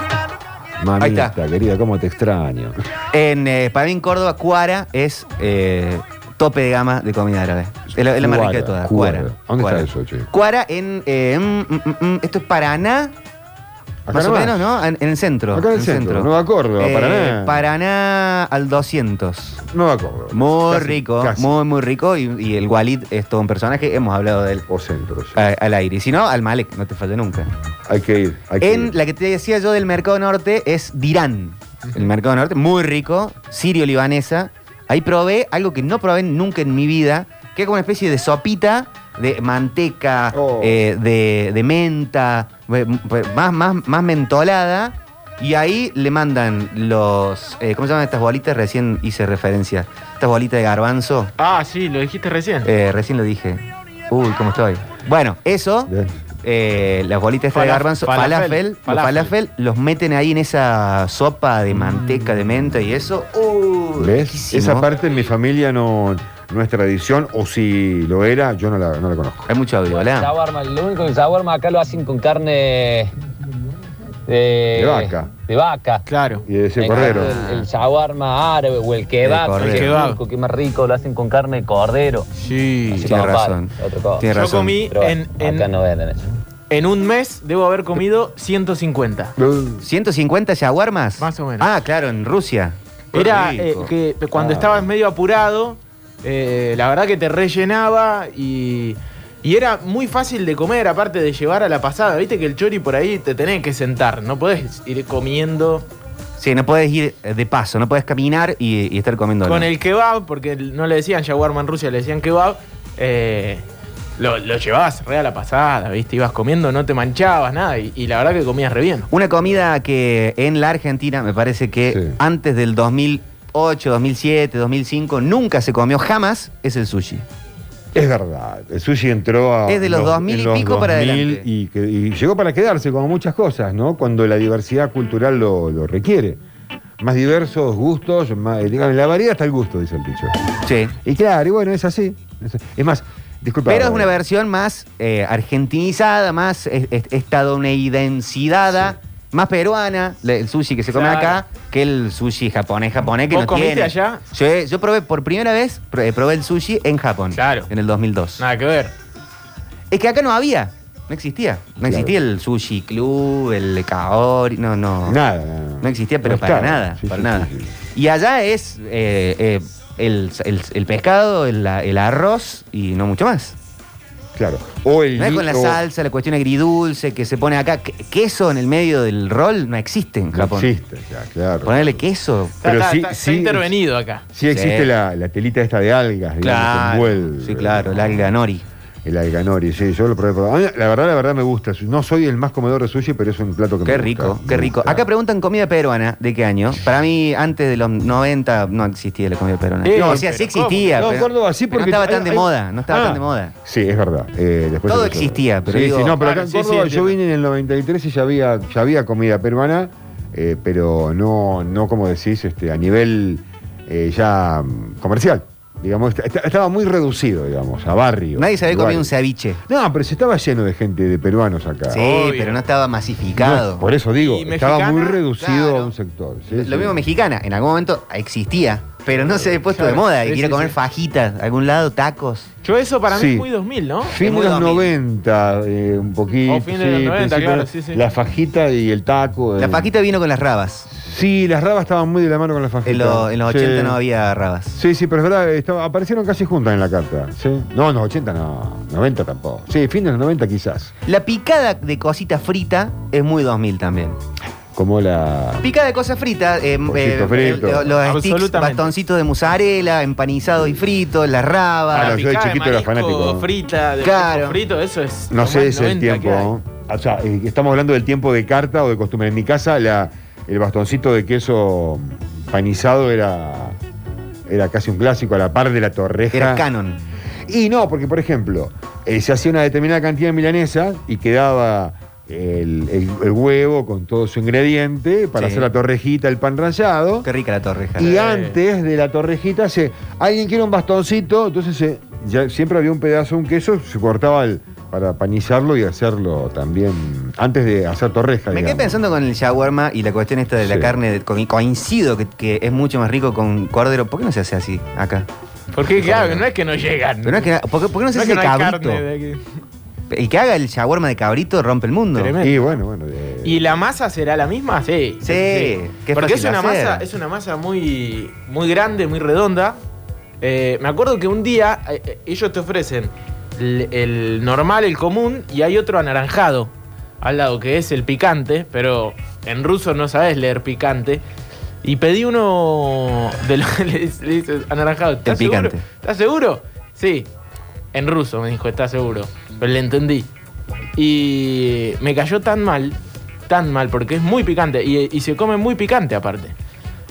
S2: Ahí está.
S3: Mamita, querida, cómo te extraño.
S2: En, eh, para mí en Córdoba, cuara es eh, tope de gama de comida árabe. Es la, es la más
S3: Cuara,
S2: rica de todas.
S3: cuara.
S2: Cuara.
S3: ¿Dónde
S2: Cuara.
S3: está eso, che?
S2: Cuara en. eh, mm, mm, mm, esto es Paraná.
S3: Acá
S2: más o
S3: nomás.
S2: menos, ¿no? En, en el centro. Eh,
S3: Acá en el centro, Nueva Córdoba, Paraná.
S2: Paraná al 200.
S3: Nueva Córdoba.
S2: Muy
S3: Casi,
S2: rico,
S3: casi.
S2: muy, muy rico. Y, y el Walid es todo un personaje. Hemos hablado de él
S3: O centro, sí.
S2: a- al aire. Y si no, al Malek, no te falle nunca.
S3: Hay que ir. hay que
S2: En
S3: ir.
S2: la que te decía yo del Mercado Norte es Dirán. El Mercado Norte, muy rico, sirio-libanesa. Ahí probé algo que no probé nunca en mi vida, que es como una especie de sopita de manteca,
S3: Oh.
S2: eh, de, de menta, eh, más, más, más mentolada. Y ahí le mandan los. eh, ¿Cómo se llaman estas bolitas? Recién hice referencia. Estas bolitas de garbanzo.
S4: Ah, sí, lo dijiste recién.
S2: eh, recién lo dije. Uy, ¿cómo estoy? Bueno, eso.
S3: Bien.
S2: Eh, las bolitas estas de
S4: Falaf-
S2: garbanzo, falafel,
S4: falafel,
S2: los falafel, los meten ahí en esa sopa de manteca, de menta y eso. ¡Uh!
S3: ¿Ves?
S2: riquísimo.
S3: Esa parte en mi familia no, no es tradición, o si lo era, yo no la, no la conozco.
S2: Hay mucho audio, ¿verdad?
S7: Shawarma, lo único que el shawarma acá lo hacen con carne de,
S3: De vaca.
S7: De vaca.
S4: Claro.
S3: Y de ese
S7: En
S3: cordero.
S7: cambio, El, el shawarma árabe o el kebab,
S2: cordero.
S7: que es
S4: El kebab.
S7: turco, que es más rico, lo hacen con carne de cordero.
S4: Sí.
S7: Así
S2: tiene
S7: como
S2: razón.
S7: pan, otra cosa.
S2: Tiene
S4: Yo
S2: razón.
S4: comí
S7: Pero bueno,
S4: en, en-
S7: acá no venden eso.
S4: en un mes, debo haber comido 150.
S3: Uh,
S2: 150 shawarmas.
S4: Más o menos.
S2: Ah, claro, en Rusia. Qué
S4: Era eh,
S2: rico. Ah.
S4: que cuando estabas medio apurado, eh, la verdad que te rellenaba y, y era muy fácil de comer, aparte de llevar a la pasada. Viste que el chori por ahí te tenés que sentar, no podés ir comiendo
S2: Sí, no puedes ir eh, de paso, no puedes caminar y, y estar comiendo.
S4: con el kebab, porque el- no le decían shawarma en Rusia, le decían kebab. eh, lo, lo llevabas re a la pasada, viste, ibas comiendo, no te manchabas, nada, y, y la verdad que comías re bien.
S2: Una comida que en la Argentina, me parece que
S3: Sí.
S2: antes del 2008, 2007, 2005, nunca se comió jamás, es el sushi.
S3: es verdad, el sushi entró a.
S2: Es de los
S3: en
S2: 2000 y
S3: en los
S2: pico para adelante.
S3: Y, que- y llegó para quedarse, como muchas cosas, ¿no? Cuando la diversidad cultural lo, lo requiere. Más diversos gustos, más, eh, digamos, la variedad está el gusto, dice el dicho.
S2: Sí.
S3: Y claro, y bueno, es así. Es, es más, disculpa.
S2: Pero es
S3: Bárbara.
S2: una versión más eh, argentinizada, más es- es- estadounidensidada, más peruana, la- el sushi que se come
S4: Claro.
S2: acá, que el sushi japonés, japonés que
S4: ¿Vos
S2: no
S4: comiste
S2: tiene.
S4: allá?
S2: Yo, eh, yo probé por primera vez, pr- eh, probé el sushi en Japón.
S4: Claro.
S2: En el 2002.
S4: Nada que ver.
S2: Es que acá no había, no existía. No existía el sushi club, el kaori, no, no.
S3: Nada, nada.
S2: No existía, pero
S3: No
S2: para
S3: estaba.
S2: nada,
S3: Sí,
S2: para
S3: sí,
S2: nada.
S3: sí, sí.
S2: Y allá es eh, eh, el, el- el pescado, el- el arroz y no mucho más.
S3: Claro. O el.
S2: No es con la
S3: o-
S2: salsa, la cuestión agridulce que se pone acá. Que- Queso en el medio del rol no existe en
S3: No
S2: Japón.
S3: existe, ya, claro.
S2: Ponerle queso.
S4: Está,
S3: Pero
S4: está-
S3: sí-
S4: está- está
S3: sí-
S4: intervenido acá.
S3: Sí existe
S2: Sí.
S3: La, la telita esta de algas, digamos, que envuelve.
S2: Sí, claro, el alga nori.
S3: El alganori, sí, yo lo probé. probé. A mí, La verdad, la verdad me gusta. No soy el más comedor de sushi, pero es un plato que
S2: Qué
S3: me gusta.
S2: rico,
S3: Me
S2: qué rico.
S3: gusta.
S2: Acá preguntan comida peruana, ¿de qué año? Para mí, antes de los 90 no existía la comida peruana.
S4: Eh,
S2: no, o sea, sí
S4: pero ¿cómo?
S2: existía.
S3: No,
S2: pero-
S3: Córdoba, sí,
S2: pero
S3: porque.
S2: no estaba tan
S3: hay-
S2: de
S3: hay-
S2: moda, no estaba
S3: Ah,
S2: tan de moda.
S3: Sí, es verdad. Eh, después
S2: Todo
S3: se puso-
S2: existía, pero
S3: Sí, sí,
S2: digo-
S3: no, pero acá
S4: Claro,
S3: en
S4: sí, sí,
S3: Córdoba yo
S4: entiendo.
S3: vine en el 93 y ya había, ya había comida peruana, eh, pero no, no como decís, este, a nivel eh, ya mm, comercial. Digamos, est- est- estaba muy reducido, digamos, a barrio.
S2: Nadie se había comido
S3: lugares.
S2: un ceviche.
S3: No, pero se estaba lleno de gente de peruanos acá.
S2: Sí,
S4: Obvio.
S2: pero no estaba masificado.
S3: No, por eso digo,
S4: Y
S3: estaba
S4: mexicana,
S3: muy reducido
S2: claro.
S3: a un sector. sí, sí.
S2: Lo mismo mexicana, en algún momento existía, pero no se había puesto de
S4: Claro,
S2: moda.
S4: sí,
S2: Y ir a
S4: sí,
S2: comer
S4: sí.
S2: fajitas, a algún lado, tacos.
S4: Yo eso para mí
S3: Sí.
S4: es muy 2000, ¿no?
S2: Es
S3: Fin
S2: muy
S3: de los
S2: 2000.
S3: 90, eh, un poquito.
S4: O Oh, fin de los 90,
S3: principio,
S4: claro, sí, sí.
S3: La fajita y el taco.
S2: La
S3: eh.
S2: fajita vino con las rabas.
S3: Sí, las rabas estaban muy de la mano con la fajita.
S2: En, lo- en los
S3: Sí.
S2: 80 no había rabas.
S3: Sí, sí, pero es verdad, estaba- aparecieron casi juntas en la carta. ¿sí? No, en los 80 no, 90 tampoco. Sí, fin de los 90 quizás.
S2: La picada de cosita frita es muy 2000 también.
S3: Como la.
S2: Picada de cosas fritas, eh,
S3: Pollito
S2: eh,
S3: frito.
S2: eh, los sticks,
S4: Absolutamente.
S2: bastoncitos de mozzarella, empanizado y frito, las rabas.
S3: Ah,
S4: La
S3: yo de
S4: picada
S3: chiquito era
S4: marisco
S3: fanático.
S4: Frita, de
S2: Claro.
S4: marisco frito, eso es.
S3: No
S4: lo
S3: sé
S4: más
S3: si el
S4: 90 que
S3: tiempo.
S4: hay.
S3: ¿no? O sea, eh, estamos hablando del tiempo de carta o de costumbre. En mi casa, la- el bastoncito de queso panizado era, era casi un clásico, a la par de la torreja.
S2: Era canon.
S3: Y no, porque por ejemplo, eh, se hacía una determinada cantidad de milanesas y quedaba el, el- el huevo con todo su ingrediente para
S2: Sí.
S3: hacer la torrejita, el pan rallado.
S2: Qué rica la torreja.
S3: Y
S4: Eh.
S3: antes de la torrejita se. Alguien quiere un bastoncito, entonces se- ya siempre había un pedazo, un queso, se cortaba el- para panizarlo y hacerlo también. Antes de hacer torreja.
S2: Me quedé
S3: digamos.
S2: pensando con el shawarma y la cuestión esta de la
S3: Sí.
S2: carne. de- co- coincido que, que es mucho más rico con cordero. ¿Por qué no se hace así acá?
S4: Porque claro, no es que no llegan.
S2: Pero no es que, ¿por, qué, por qué no se
S4: No
S2: hace
S4: es que no hay
S2: cabrito?
S4: carne de aquí.
S2: El que haga el shawarma de cabrito rompe el mundo.
S4: Tremendo.
S3: Y bueno, bueno. de-
S4: ¿Y la masa será la misma? Sí.
S2: Sí, que es
S4: Porque es
S2: fácil
S4: una,
S2: hacer.
S4: masa, es una masa muy, muy grande, muy redonda. Eh, me acuerdo que un día eh, eh, ellos te ofrecen el, el normal, el común, y hay otro anaranjado al lado, que es el picante, pero en ruso no sabes leer picante. Y pedí uno de los le dice- le dices, anaranjado. ¿Estás seguro?
S2: picante.
S4: ¿Estás seguro? Sí. En ruso me dijo, ¿estás seguro? Pero le entendí. Y me cayó tan mal, tan mal, porque es muy picante. Y, y se come muy picante aparte.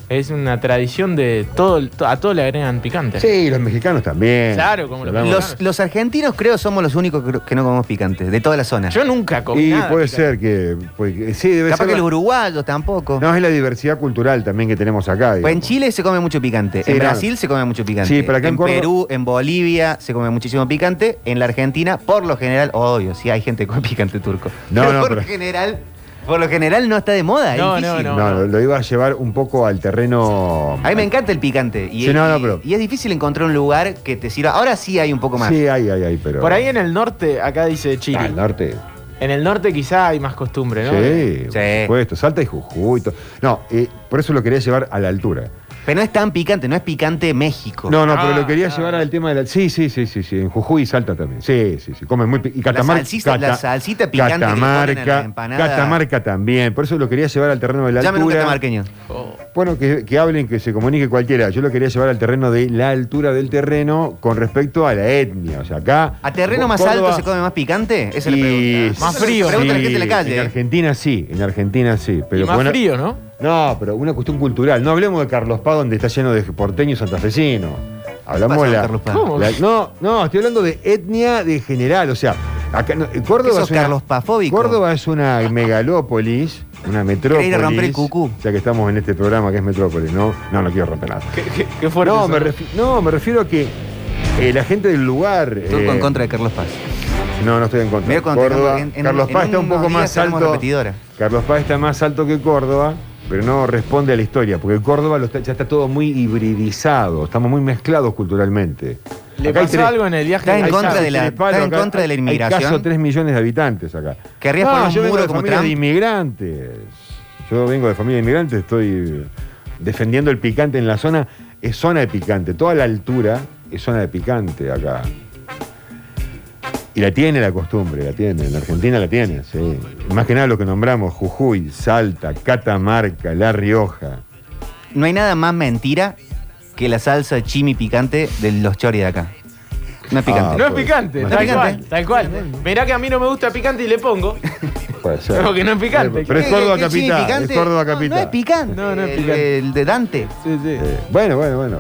S4: Es una tradición de todo, el- to- a todo le agregan picante.
S3: Sí, los mexicanos también.
S4: Claro, como los
S3: Hablamos-
S2: Los, los argentinos creo somos los únicos que- que no comemos picante, de toda la zona.
S4: Yo nunca comí
S3: Y
S4: nada
S3: puede
S4: picante.
S3: ser que. puede que- sí, debe
S2: Capaz
S3: ser.
S2: que
S3: la-
S2: los uruguayos tampoco.
S3: No, es la diversidad cultural también que tenemos acá.
S2: Pues en
S3: digamos.
S2: Chile se come mucho picante,
S3: Sí,
S2: en
S3: claro.
S2: Brasil se come mucho picante,
S3: Sí, pero acá en
S2: en
S3: Córdoba-
S2: Perú, en Bolivia se come muchísimo picante, en la Argentina por lo general, obvio, sí hay gente con picante turco,
S3: No,
S2: pero
S3: no,
S2: por lo
S3: pero-
S2: general, por lo general no está de moda, es
S4: No, no,
S2: difícil.
S3: No,
S4: no, no.
S3: lo iba a llevar un poco al terreno.
S2: A mí me encanta el picante y,
S3: Sí, no, no,
S2: y-
S3: pero-
S2: y es difícil encontrar un lugar que te sirva. Ahora sí hay un poco más.
S3: Sí, hay, hay, hay, pero.
S4: Por ahí en el norte, acá dice Chile.
S3: Ah, al norte.
S4: En el norte quizá hay más costumbre, ¿no?
S3: Sí,
S2: Sí.
S3: por supuesto. Salta y Jujuy. to- No, eh, por eso lo quería llevar a la altura.
S2: Pero no es tan picante, no es picante México.
S3: No, no,
S4: Ah,
S3: pero lo quería
S4: claro.
S3: llevar al tema de la. Sí, sí, sí, sí, sí. En Jujuy y Salta también. Sí, sí, sí. Comen muy pi- Y Catamarca.
S2: salsita- la salsita picante que le ponen a
S3: Catamarca.
S2: las empanadas.
S3: Catamarca también. Por eso lo quería llevar al terreno de la
S2: Llamen a un
S3: altura.
S2: catamarqueño.
S4: Oh.
S3: Bueno, que, que hablen, que se comunique cualquiera. Yo lo quería llevar al terreno de la altura del terreno con respecto a la etnia. O sea, acá.
S2: ¿A terreno
S3: Có-
S2: más
S3: Córdoba-
S2: alto se come más picante? Esa es la
S3: Y-
S2: pregunta.
S4: Más frío.
S2: Pregunta a la
S3: Sí,
S2: gente en la calle.
S3: En Argentina sí, en Argentina sí. Pero
S4: y más
S3: bueno-
S4: frío, ¿no?
S3: No, pero una cuestión cultural. No hablemos de Carlos Paz, donde está lleno de porteños santafesinos. Hablamos
S2: pasa con
S3: de la,
S2: Carlos Paz?
S4: ¿Cómo?
S3: la- No, no, estoy hablando de etnia de general. O sea, acá, no, Córdoba,
S2: sos
S3: es una,
S2: Carlos Pafóbico?
S3: Córdoba es una megalópolis, una metrópolis.
S2: ir a romper el cucú.
S3: Ya que estamos en este programa que es metrópolis, ¿no? No, no quiero romper nada.
S4: Qué, qué fuerte.
S3: No
S4: eso.
S3: me, refi- no, me refiero a que eh, la gente del lugar.
S2: Turco en
S3: eh,
S2: contra de Carlos Paz.
S3: No, no estoy en contra.
S2: Mirá cuando
S3: Córdoba,
S2: tengamos- en- en-
S3: Carlos
S2: en
S3: Paz está un
S2: unos
S3: poco
S2: días
S3: más
S2: tenemos
S3: alto.
S2: repetidora.
S3: Carlos Paz está más alto que Córdoba, pero no responde a la historia, porque Córdoba lo está- ya está todo muy hibridizado, estamos muy mezclados culturalmente.
S4: ¿Le
S3: Acá hay
S4: pasó
S3: tres-
S4: algo en el viaje?
S2: Está en
S3: hay
S2: contra
S3: tres
S2: de la-
S3: palos,
S2: está en
S3: acá
S2: contra de la
S3: hay
S2: inmigración.
S3: Caso 3 millones de habitantes acá.
S2: ¿Querrías
S3: No,
S2: poner un
S3: yo vengo
S2: muro
S3: de
S2: como
S3: familia de
S2: Trump?
S3: inmigrantes. Yo vengo de familia de inmigrantes, estoy eh, defendiendo el picante en la zona. Es zona de picante, toda la altura es zona de picante acá. Y la tiene la costumbre, la tiene. En Argentina la tiene, sí. Más que nada lo que nombramos, Jujuy, Salta, Catamarca, La Rioja.
S2: No hay nada más mentira que la salsa chimi picante de los choris de acá. No es picante.
S4: No es
S3: pues,
S4: picante,
S3: no
S4: tal
S3: es
S2: picante.
S4: cual, tal cual. Mirá que a mí no me gusta picante y le pongo.
S3: Puede ser.
S4: No, que no es picante.
S3: Pero es
S2: ¿Qué-
S3: Córdoba
S2: qué chimi
S3: Capital, es
S2: picante?
S3: Córdoba
S2: No,
S3: Capital.
S2: No, es picante.
S4: No, no es
S2: El-
S4: picante.
S2: El, de Dante.
S4: Sí, sí.
S3: Eh, Bueno, bueno, bueno.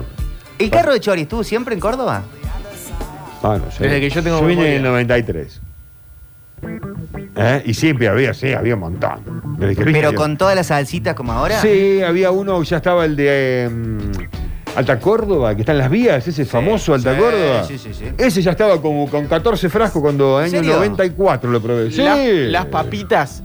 S2: ¿El carro de choris estuvo siempre en Córdoba?
S3: Ah, no sé.
S4: Desde que yo tengo
S3: vine en
S4: memoria.
S3: el 93. ¿Eh? Y siempre había, sí, había un montón. Desde que vine
S2: Pero
S3: yo.
S2: con todas las salsitas como ahora.
S3: Sí, había uno, ya estaba el de eh, Alta Córdoba, que está en las vías, ese famoso Alta
S2: sí,
S3: Córdoba.
S2: sí, sí, sí.
S3: Ese ya estaba como con 14 frascos cuando en el año
S2: serio?
S3: 94 lo probé. Sí.
S4: La- las papitas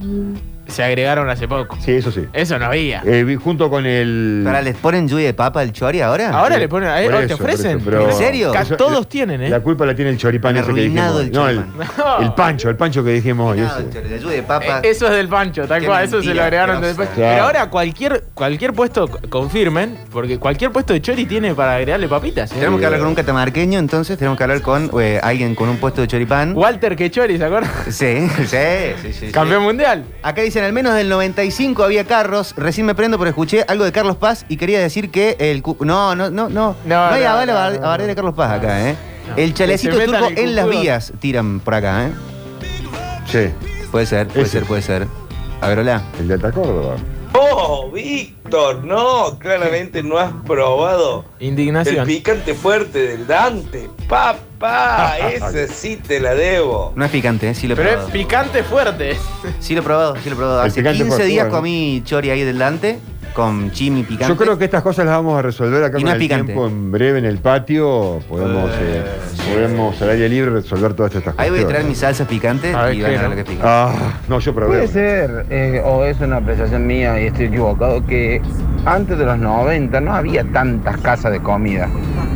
S4: se agregaron hace poco.
S3: Sí, eso sí.
S4: Eso no había.
S3: Eh, vi- junto con el.
S2: Pará, ¿les ponen lluvia de papa al chori ahora?
S4: Ahora le ponen. eh,
S3: Por
S4: oh,
S3: eso,
S4: ¿Te ofrecen?
S3: por eso, pero-
S2: ¿En serio?
S4: Ca-
S3: Eso-
S4: todos
S3: la-
S4: tienen, ¿eh?
S3: La culpa la tiene el choripán ese que dijimos.
S2: Arruinado
S3: hoy.
S2: el
S3: no, el,
S2: choripán.
S4: No.
S3: el pancho, el pancho que dijimos hoy.
S2: Nada,
S3: ese.
S2: chori, La lluvia de papa.
S4: Eh, Eso es del pancho, tal
S2: Qué
S4: cual. Eso se
S2: mentira,
S4: lo agregaron
S2: pero,
S4: después.
S2: o
S3: sea.
S4: Pero ahora cualquier, cualquier puesto, c- confirmen, porque cualquier puesto de chori tiene para agregarle papitas. ¿eh?
S2: Tenemos que hablar con un catamarqueño, entonces tenemos que hablar con eh, alguien con un puesto de choripán.
S4: Walter que chori, ¿se acuerdan?
S2: Sí, sí, sí, sí, sí.
S4: Campeón mundial.
S2: Acá dicen, al menos del 95 había carros. Recién me prendo, pero escuché algo de Carlos Paz y quería decir que el... cu- No, no, no, no. No, hay
S4: no,
S2: aval a
S4: no,
S2: bar-
S4: no,
S2: a bardear a Carlos Paz acá, ¿eh?
S4: No.
S2: El chalecito
S4: Que se metan
S2: turco
S4: el
S2: en las
S4: cucudo.
S2: vías tiran por acá, ¿eh?
S3: Sí,
S2: Puede ser, puede
S3: Ese.
S2: ser, puede ser. A ver, hola.
S3: el de Alta Córdoba.
S9: Oh, Víctor, no, claramente no has probado el
S4: Indignación.
S9: picante fuerte del Dante. Papá, ese sí te la debo.
S2: No es picante, ¿eh? sí lo he
S4: Pero es
S2: probado.
S4: picante fuerte.
S2: Sí lo he probado, sí lo he probado.
S3: El
S2: Hace
S3: picante
S2: 15
S3: por
S2: días
S3: fuera, ¿no?
S2: comí chori ahí delante con chimi picante.
S3: Yo creo que estas cosas las vamos a resolver acá
S2: Y no
S3: con
S2: es
S3: el
S2: picante.
S3: tiempo. En breve, en el patio, podemos, eh, podemos al aire libre resolver todas estas cosas.
S2: Ahí voy a traer mis salsas picantes
S4: ¿eh? A ver
S2: y
S4: qué
S2: van a ver
S4: era.
S2: lo que es picante.
S3: Ah, no, yo probé.
S10: Puede ser, eh, o es una apreciación mía y estoy equivocado, que antes de los 90 no había tantas casas de comida.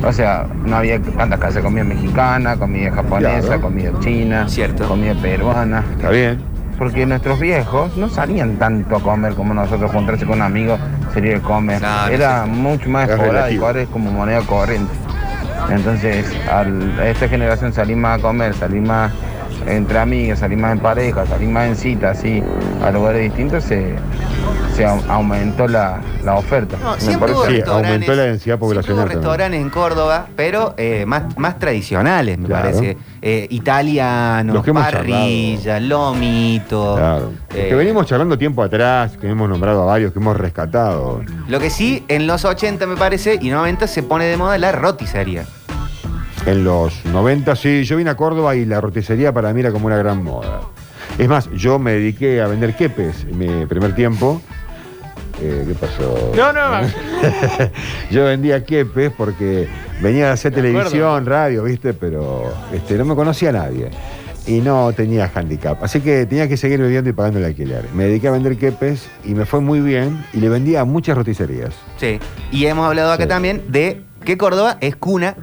S10: O sea, no había tantas casas de comida mexicana, comida japonesa,
S3: Claro.
S10: comida
S4: Ah,
S10: china,
S2: Cierto.
S10: comida peruana.
S3: Está bien.
S10: Porque nuestros viejos no salían tanto a comer como nosotros, juntarse con amigos, salir a comer.
S2: Claro,
S10: Era mucho más
S3: Es
S10: hora y
S3: relativo.
S10: ahora es como moneda corriente. Entonces, al- a esta generación salir más a comer, salir más entre amigos, salir más en pareja, salir más en cita, así, a lugares distintos, se, se au- aumentó la, la oferta.
S2: No,
S10: Me
S2: siempre
S10: parece
S2: hubo
S3: Sí,
S2: restaurantes-
S3: aumentó la densidad
S2: siempre hubo
S3: poblacional también.
S2: restaurantes en Córdoba, pero eh, más, más tradicionales, me
S3: Claro.
S2: parece. Eh, italianos,
S3: Los que hemos
S2: parrilla, lomito.
S3: Claro.
S2: eh,
S3: que venimos charlando tiempo atrás, que hemos nombrado a varios, que hemos rescatado.
S2: Lo que sí, en los 80 me parece y 90 se pone de moda la roticería.
S3: En los 90, sí, yo vine a Córdoba y la roticería para mí era como una gran moda. Es más, yo me dediqué a vender quepes en mi primer tiempo. Eh, ¿Qué pasó?
S4: No, no,
S3: Yo vendía quepes porque venía a hacer
S4: De acuerdo.
S3: televisión, radio, ¿viste? Pero este, no me conocía nadie. Y no tenía handicap. Así que tenía que seguir viviendo y pagando el alquiler. Me dediqué a vender quepes y me fue muy bien. Y le vendía a muchas roticerías.
S2: Sí. Y hemos hablado acá
S3: Sí.
S2: también de que Córdoba es cuna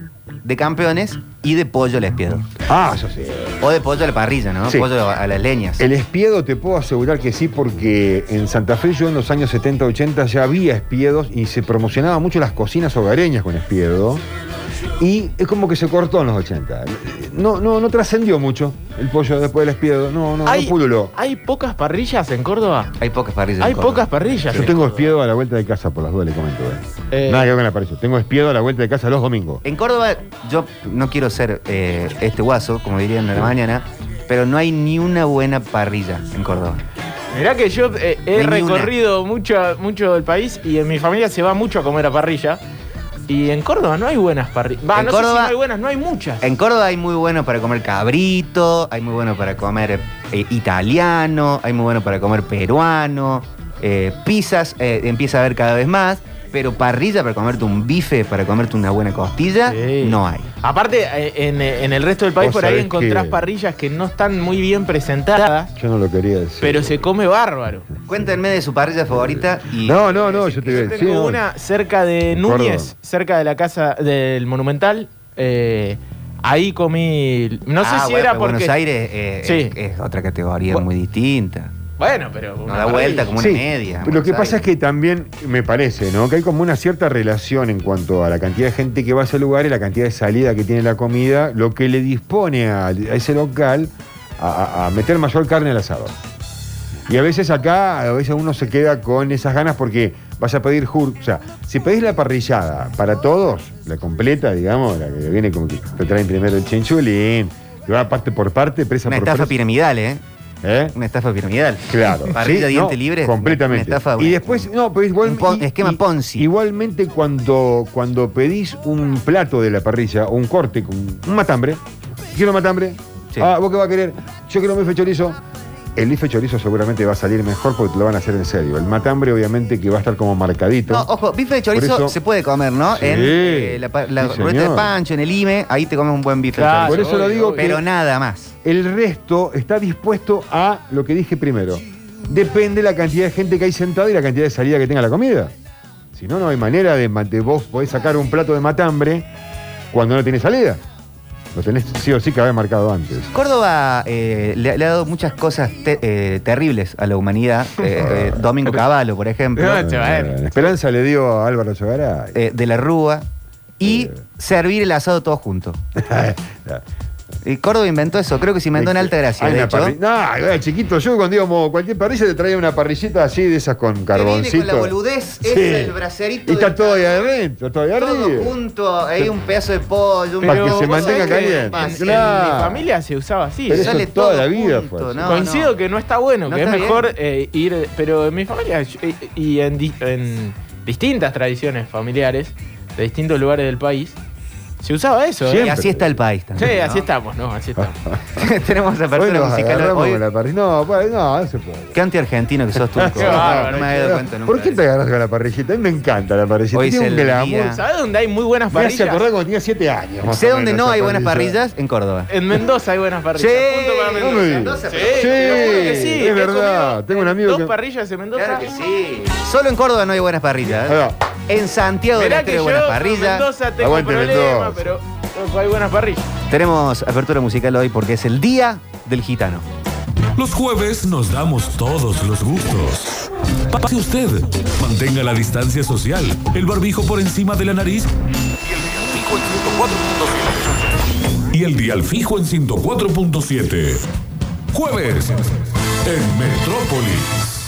S2: de campeones y de pollo al espiedo.
S3: Ah, eso sí.
S2: O de pollo a la parrilla, ¿no?
S3: Sí.
S2: Pollo a las leñas.
S3: El espiedo te puedo asegurar que sí, porque en Santa Fe yo en los años 70, 80 ya había espiedos y se promocionaba mucho las cocinas hogareñas con espiedo. Y es como que se cortó en los 80. No, no, no trascendió mucho el pollo después del espiedo. No, no, no pululó.
S4: hay pocas parrillas en Córdoba.
S2: Hay pocas parrillas.
S4: Hay
S2: en Córdoba.
S4: pocas parrillas.
S3: Yo
S4: en
S3: tengo
S4: Córdoba.
S3: espiedo a la vuelta de casa, por las dudas le comento. eh.
S4: Eh,
S3: Nada que ver con la parrilla. Tengo espiedo a la vuelta de casa los domingos.
S2: En Córdoba, yo no quiero ser eh, este guaso, como dirían de la mañana, pero no hay ni una buena parrilla en Córdoba.
S4: Mirá que yo eh, he
S2: Ni una.
S4: recorrido mucho, mucho el país y en mi familia se va mucho a comer a parrilla. Y en Córdoba no hay buenas parrillas. Va,
S2: En
S4: no sé
S2: Córdoba-
S4: si no hay buenas, no hay muchas.
S2: En Córdoba hay muy bueno para comer cabrito, hay muy bueno para comer eh, italiano, hay muy bueno para comer peruano, eh, pizzas eh, empieza a haber cada vez más, pero parrilla para comerte un bife, para comerte una buena costilla,
S4: Sí.
S2: no hay.
S4: Aparte, eh, en, eh, en el resto del país
S3: Vos
S4: por ahí
S3: sabés
S4: encontrás
S3: que-
S4: parrillas que no están muy bien presentadas,
S3: Yo no lo quería decir.
S4: pero se come bárbaro.
S2: Cuéntenme de su parrilla favorita y
S3: No, no, no, yo te voy a
S4: Yo
S3: decir.
S4: tengo
S3: no.
S4: una cerca de
S3: En Córdoba.
S4: Núñez, cerca de la casa del Monumental. eh, ahí comí. No sé
S2: Ah,
S4: si
S2: bueno,
S4: era
S2: pero
S4: porque.
S2: Buenos Aires eh,
S4: Sí.
S2: es, es otra categoría
S4: Bu-
S2: muy distinta.
S4: Bueno, pero.
S2: No
S4: una
S2: da vuelta como una
S3: Sí,
S2: media.
S3: Lo que pasa es que también me parece, ¿no? Que hay como una cierta relación en cuanto a la cantidad de gente que va a ese lugar y la cantidad de salida que tiene la comida, lo que le dispone a, a ese local a, a- a meter mayor carne al asado. Y a veces acá, a veces uno se queda con esas ganas porque vas a pedir jur. O sea, si pedís la parrillada para todos, la completa, digamos, la que viene como que te traen primero el chinchulín, que va parte por parte, presa
S2: Una
S3: por
S2: estafa
S3: presa.
S2: piramidal, ¿eh?
S3: ¿Eh?
S2: Una estafa piramidal.
S3: Claro.
S2: Parrilla
S3: Sí,
S2: diente
S3: no,
S2: libre.
S3: Completamente.
S2: Una estafa,
S3: y
S2: una-
S3: después, no, pero igual,
S2: un pon-
S3: y-
S2: esquema
S3: y-
S2: Ponzi.
S3: Igualmente, cuando, cuando pedís un plato de la parrilla o un corte, un, un matambre, quiero matambre.
S2: Sí.
S3: Ah, ¿vos qué vas a querer? Yo quiero un bife chorizo. El bife chorizo seguramente va a salir mejor porque te lo van a hacer en serio. El matambre, obviamente, que va a estar como marcadito.
S2: No, ojo, bife de chorizo
S3: Por eso-
S2: se puede comer, ¿no?
S3: Sí.
S2: en eh, la, pa- la
S3: Sí,
S2: ruleta de
S3: señor.
S2: pancho, en el IME, ahí te comes un buen bife de
S4: Claro,
S3: Por eso
S4: obvio,
S3: lo digo
S4: obvio.
S3: que
S2: Pero nada más.
S3: el resto está dispuesto a lo que dije primero. Depende la cantidad de gente que hay sentado y la cantidad de salida que tenga la comida. Si no, no hay manera de, ma- de vos podés sacar un plato de matambre cuando no tiene salida. Lo tenés sí o sí que haber marcado antes.
S2: Córdoba eh, le, le ha dado muchas cosas te- eh, terribles a la humanidad.
S3: Ah.
S2: Eh, eh, Domingo Cavallo, por ejemplo,
S4: No, che, bueno.
S3: Eh, Esperanza le dio a Álvaro Sogaray. Eh.
S2: eh, de la Rúa. Y servir el asado todo junto. Y Córdoba inventó eso, creo que se inventó en Eh, Alta Gracia,
S3: Este, Hay
S2: de
S3: una
S2: hecho.
S3: parri- Nah, era chiquito, yo cuando íbamos cualquier parrilla te traía una parrillita así de esas con
S2: Que viene
S3: carboncito.
S2: con la boludez, es
S3: Sí.
S2: el bracerito.
S3: Y está
S2: del
S3: todo ahí
S2: carbón,
S3: adentro, todo ahí
S2: todo
S3: arriba.
S2: junto, hay un pedazo de pollo, un
S3: Para que
S2: poco
S3: se
S2: de
S3: mantenga
S2: cosas,
S3: caliente.
S2: pan,
S4: En
S3: Claro.
S4: mi familia se usaba así.
S3: Pero
S4: ¿eh?
S3: eso
S2: sale
S3: toda
S2: todo
S3: la vida
S2: junto,
S3: fue así.
S2: no,
S4: Coincido que no está bueno,
S2: No
S4: que es
S2: está
S4: mejor eh, ir. Pero en mi familia yo- y, y en, di- en distintas tradiciones familiares de distintos lugares del país, se usaba eso. ¿eh?
S2: Y así está el país
S4: Sí,
S2: también. ¿no?
S4: así estamos, ¿no? Así estamos.
S3: Ah,
S2: Tenemos
S3: Hoy
S2: apertura
S3: nos
S2: musical
S3: agarramos
S2: hoy.
S3: con la parrilla. No, pues, no, no se puede.
S2: Qué anti-argentino que sos tú.
S3: Qué
S2: no
S4: bárbaro,
S2: me había dado cuenta nunca.
S3: ¿Por qué
S2: de
S3: te
S2: eso.
S3: agarras con la parrillita? A mí me encanta la parrillita.
S2: Hoy
S3: Tiene
S2: es
S3: un
S2: el
S3: glamour.
S2: día.
S4: ¿Sabes dónde hay muy buenas
S3: ah. Me hace
S4: parrillas?
S3: acordar cuando tenía 7 años. más
S2: Sé
S3: o
S2: dónde
S3: menos,
S2: no
S3: esa
S2: hay buenas
S3: parrilla.
S2: parrillas, en Córdoba.
S4: En Mendoza hay buenas parrillas.
S2: Sí.
S4: Punto para
S3: No me
S4: Mendoza.
S3: digas.
S2: Sí,
S3: Sí,
S4: te juro que sí. He
S3: es verdad.
S4: comido
S3: Tengo un amigo
S4: dos
S3: que.
S4: parrillas en Mendoza.
S2: Claro que sí. Solo en Córdoba no hay buenas parrillas. ¿eh?
S3: Ahí va.
S2: En Santiago del
S4: Verá
S2: Estero
S4: que
S2: hay
S4: yo
S2: buenas
S4: en
S2: parrillas.
S4: Mendoza tengo
S3: Aguante,
S4: problemas,
S3: Mendoza.
S4: pero ojo, hay buenas parrillas.
S2: Tenemos apertura musical hoy porque es el Día del Gitano.
S1: Los jueves nos damos todos los gustos. Pase usted, mantenga la distancia social, el barbijo por encima de la nariz y el dial fijo en 104.7. Jueves en Metrópolis.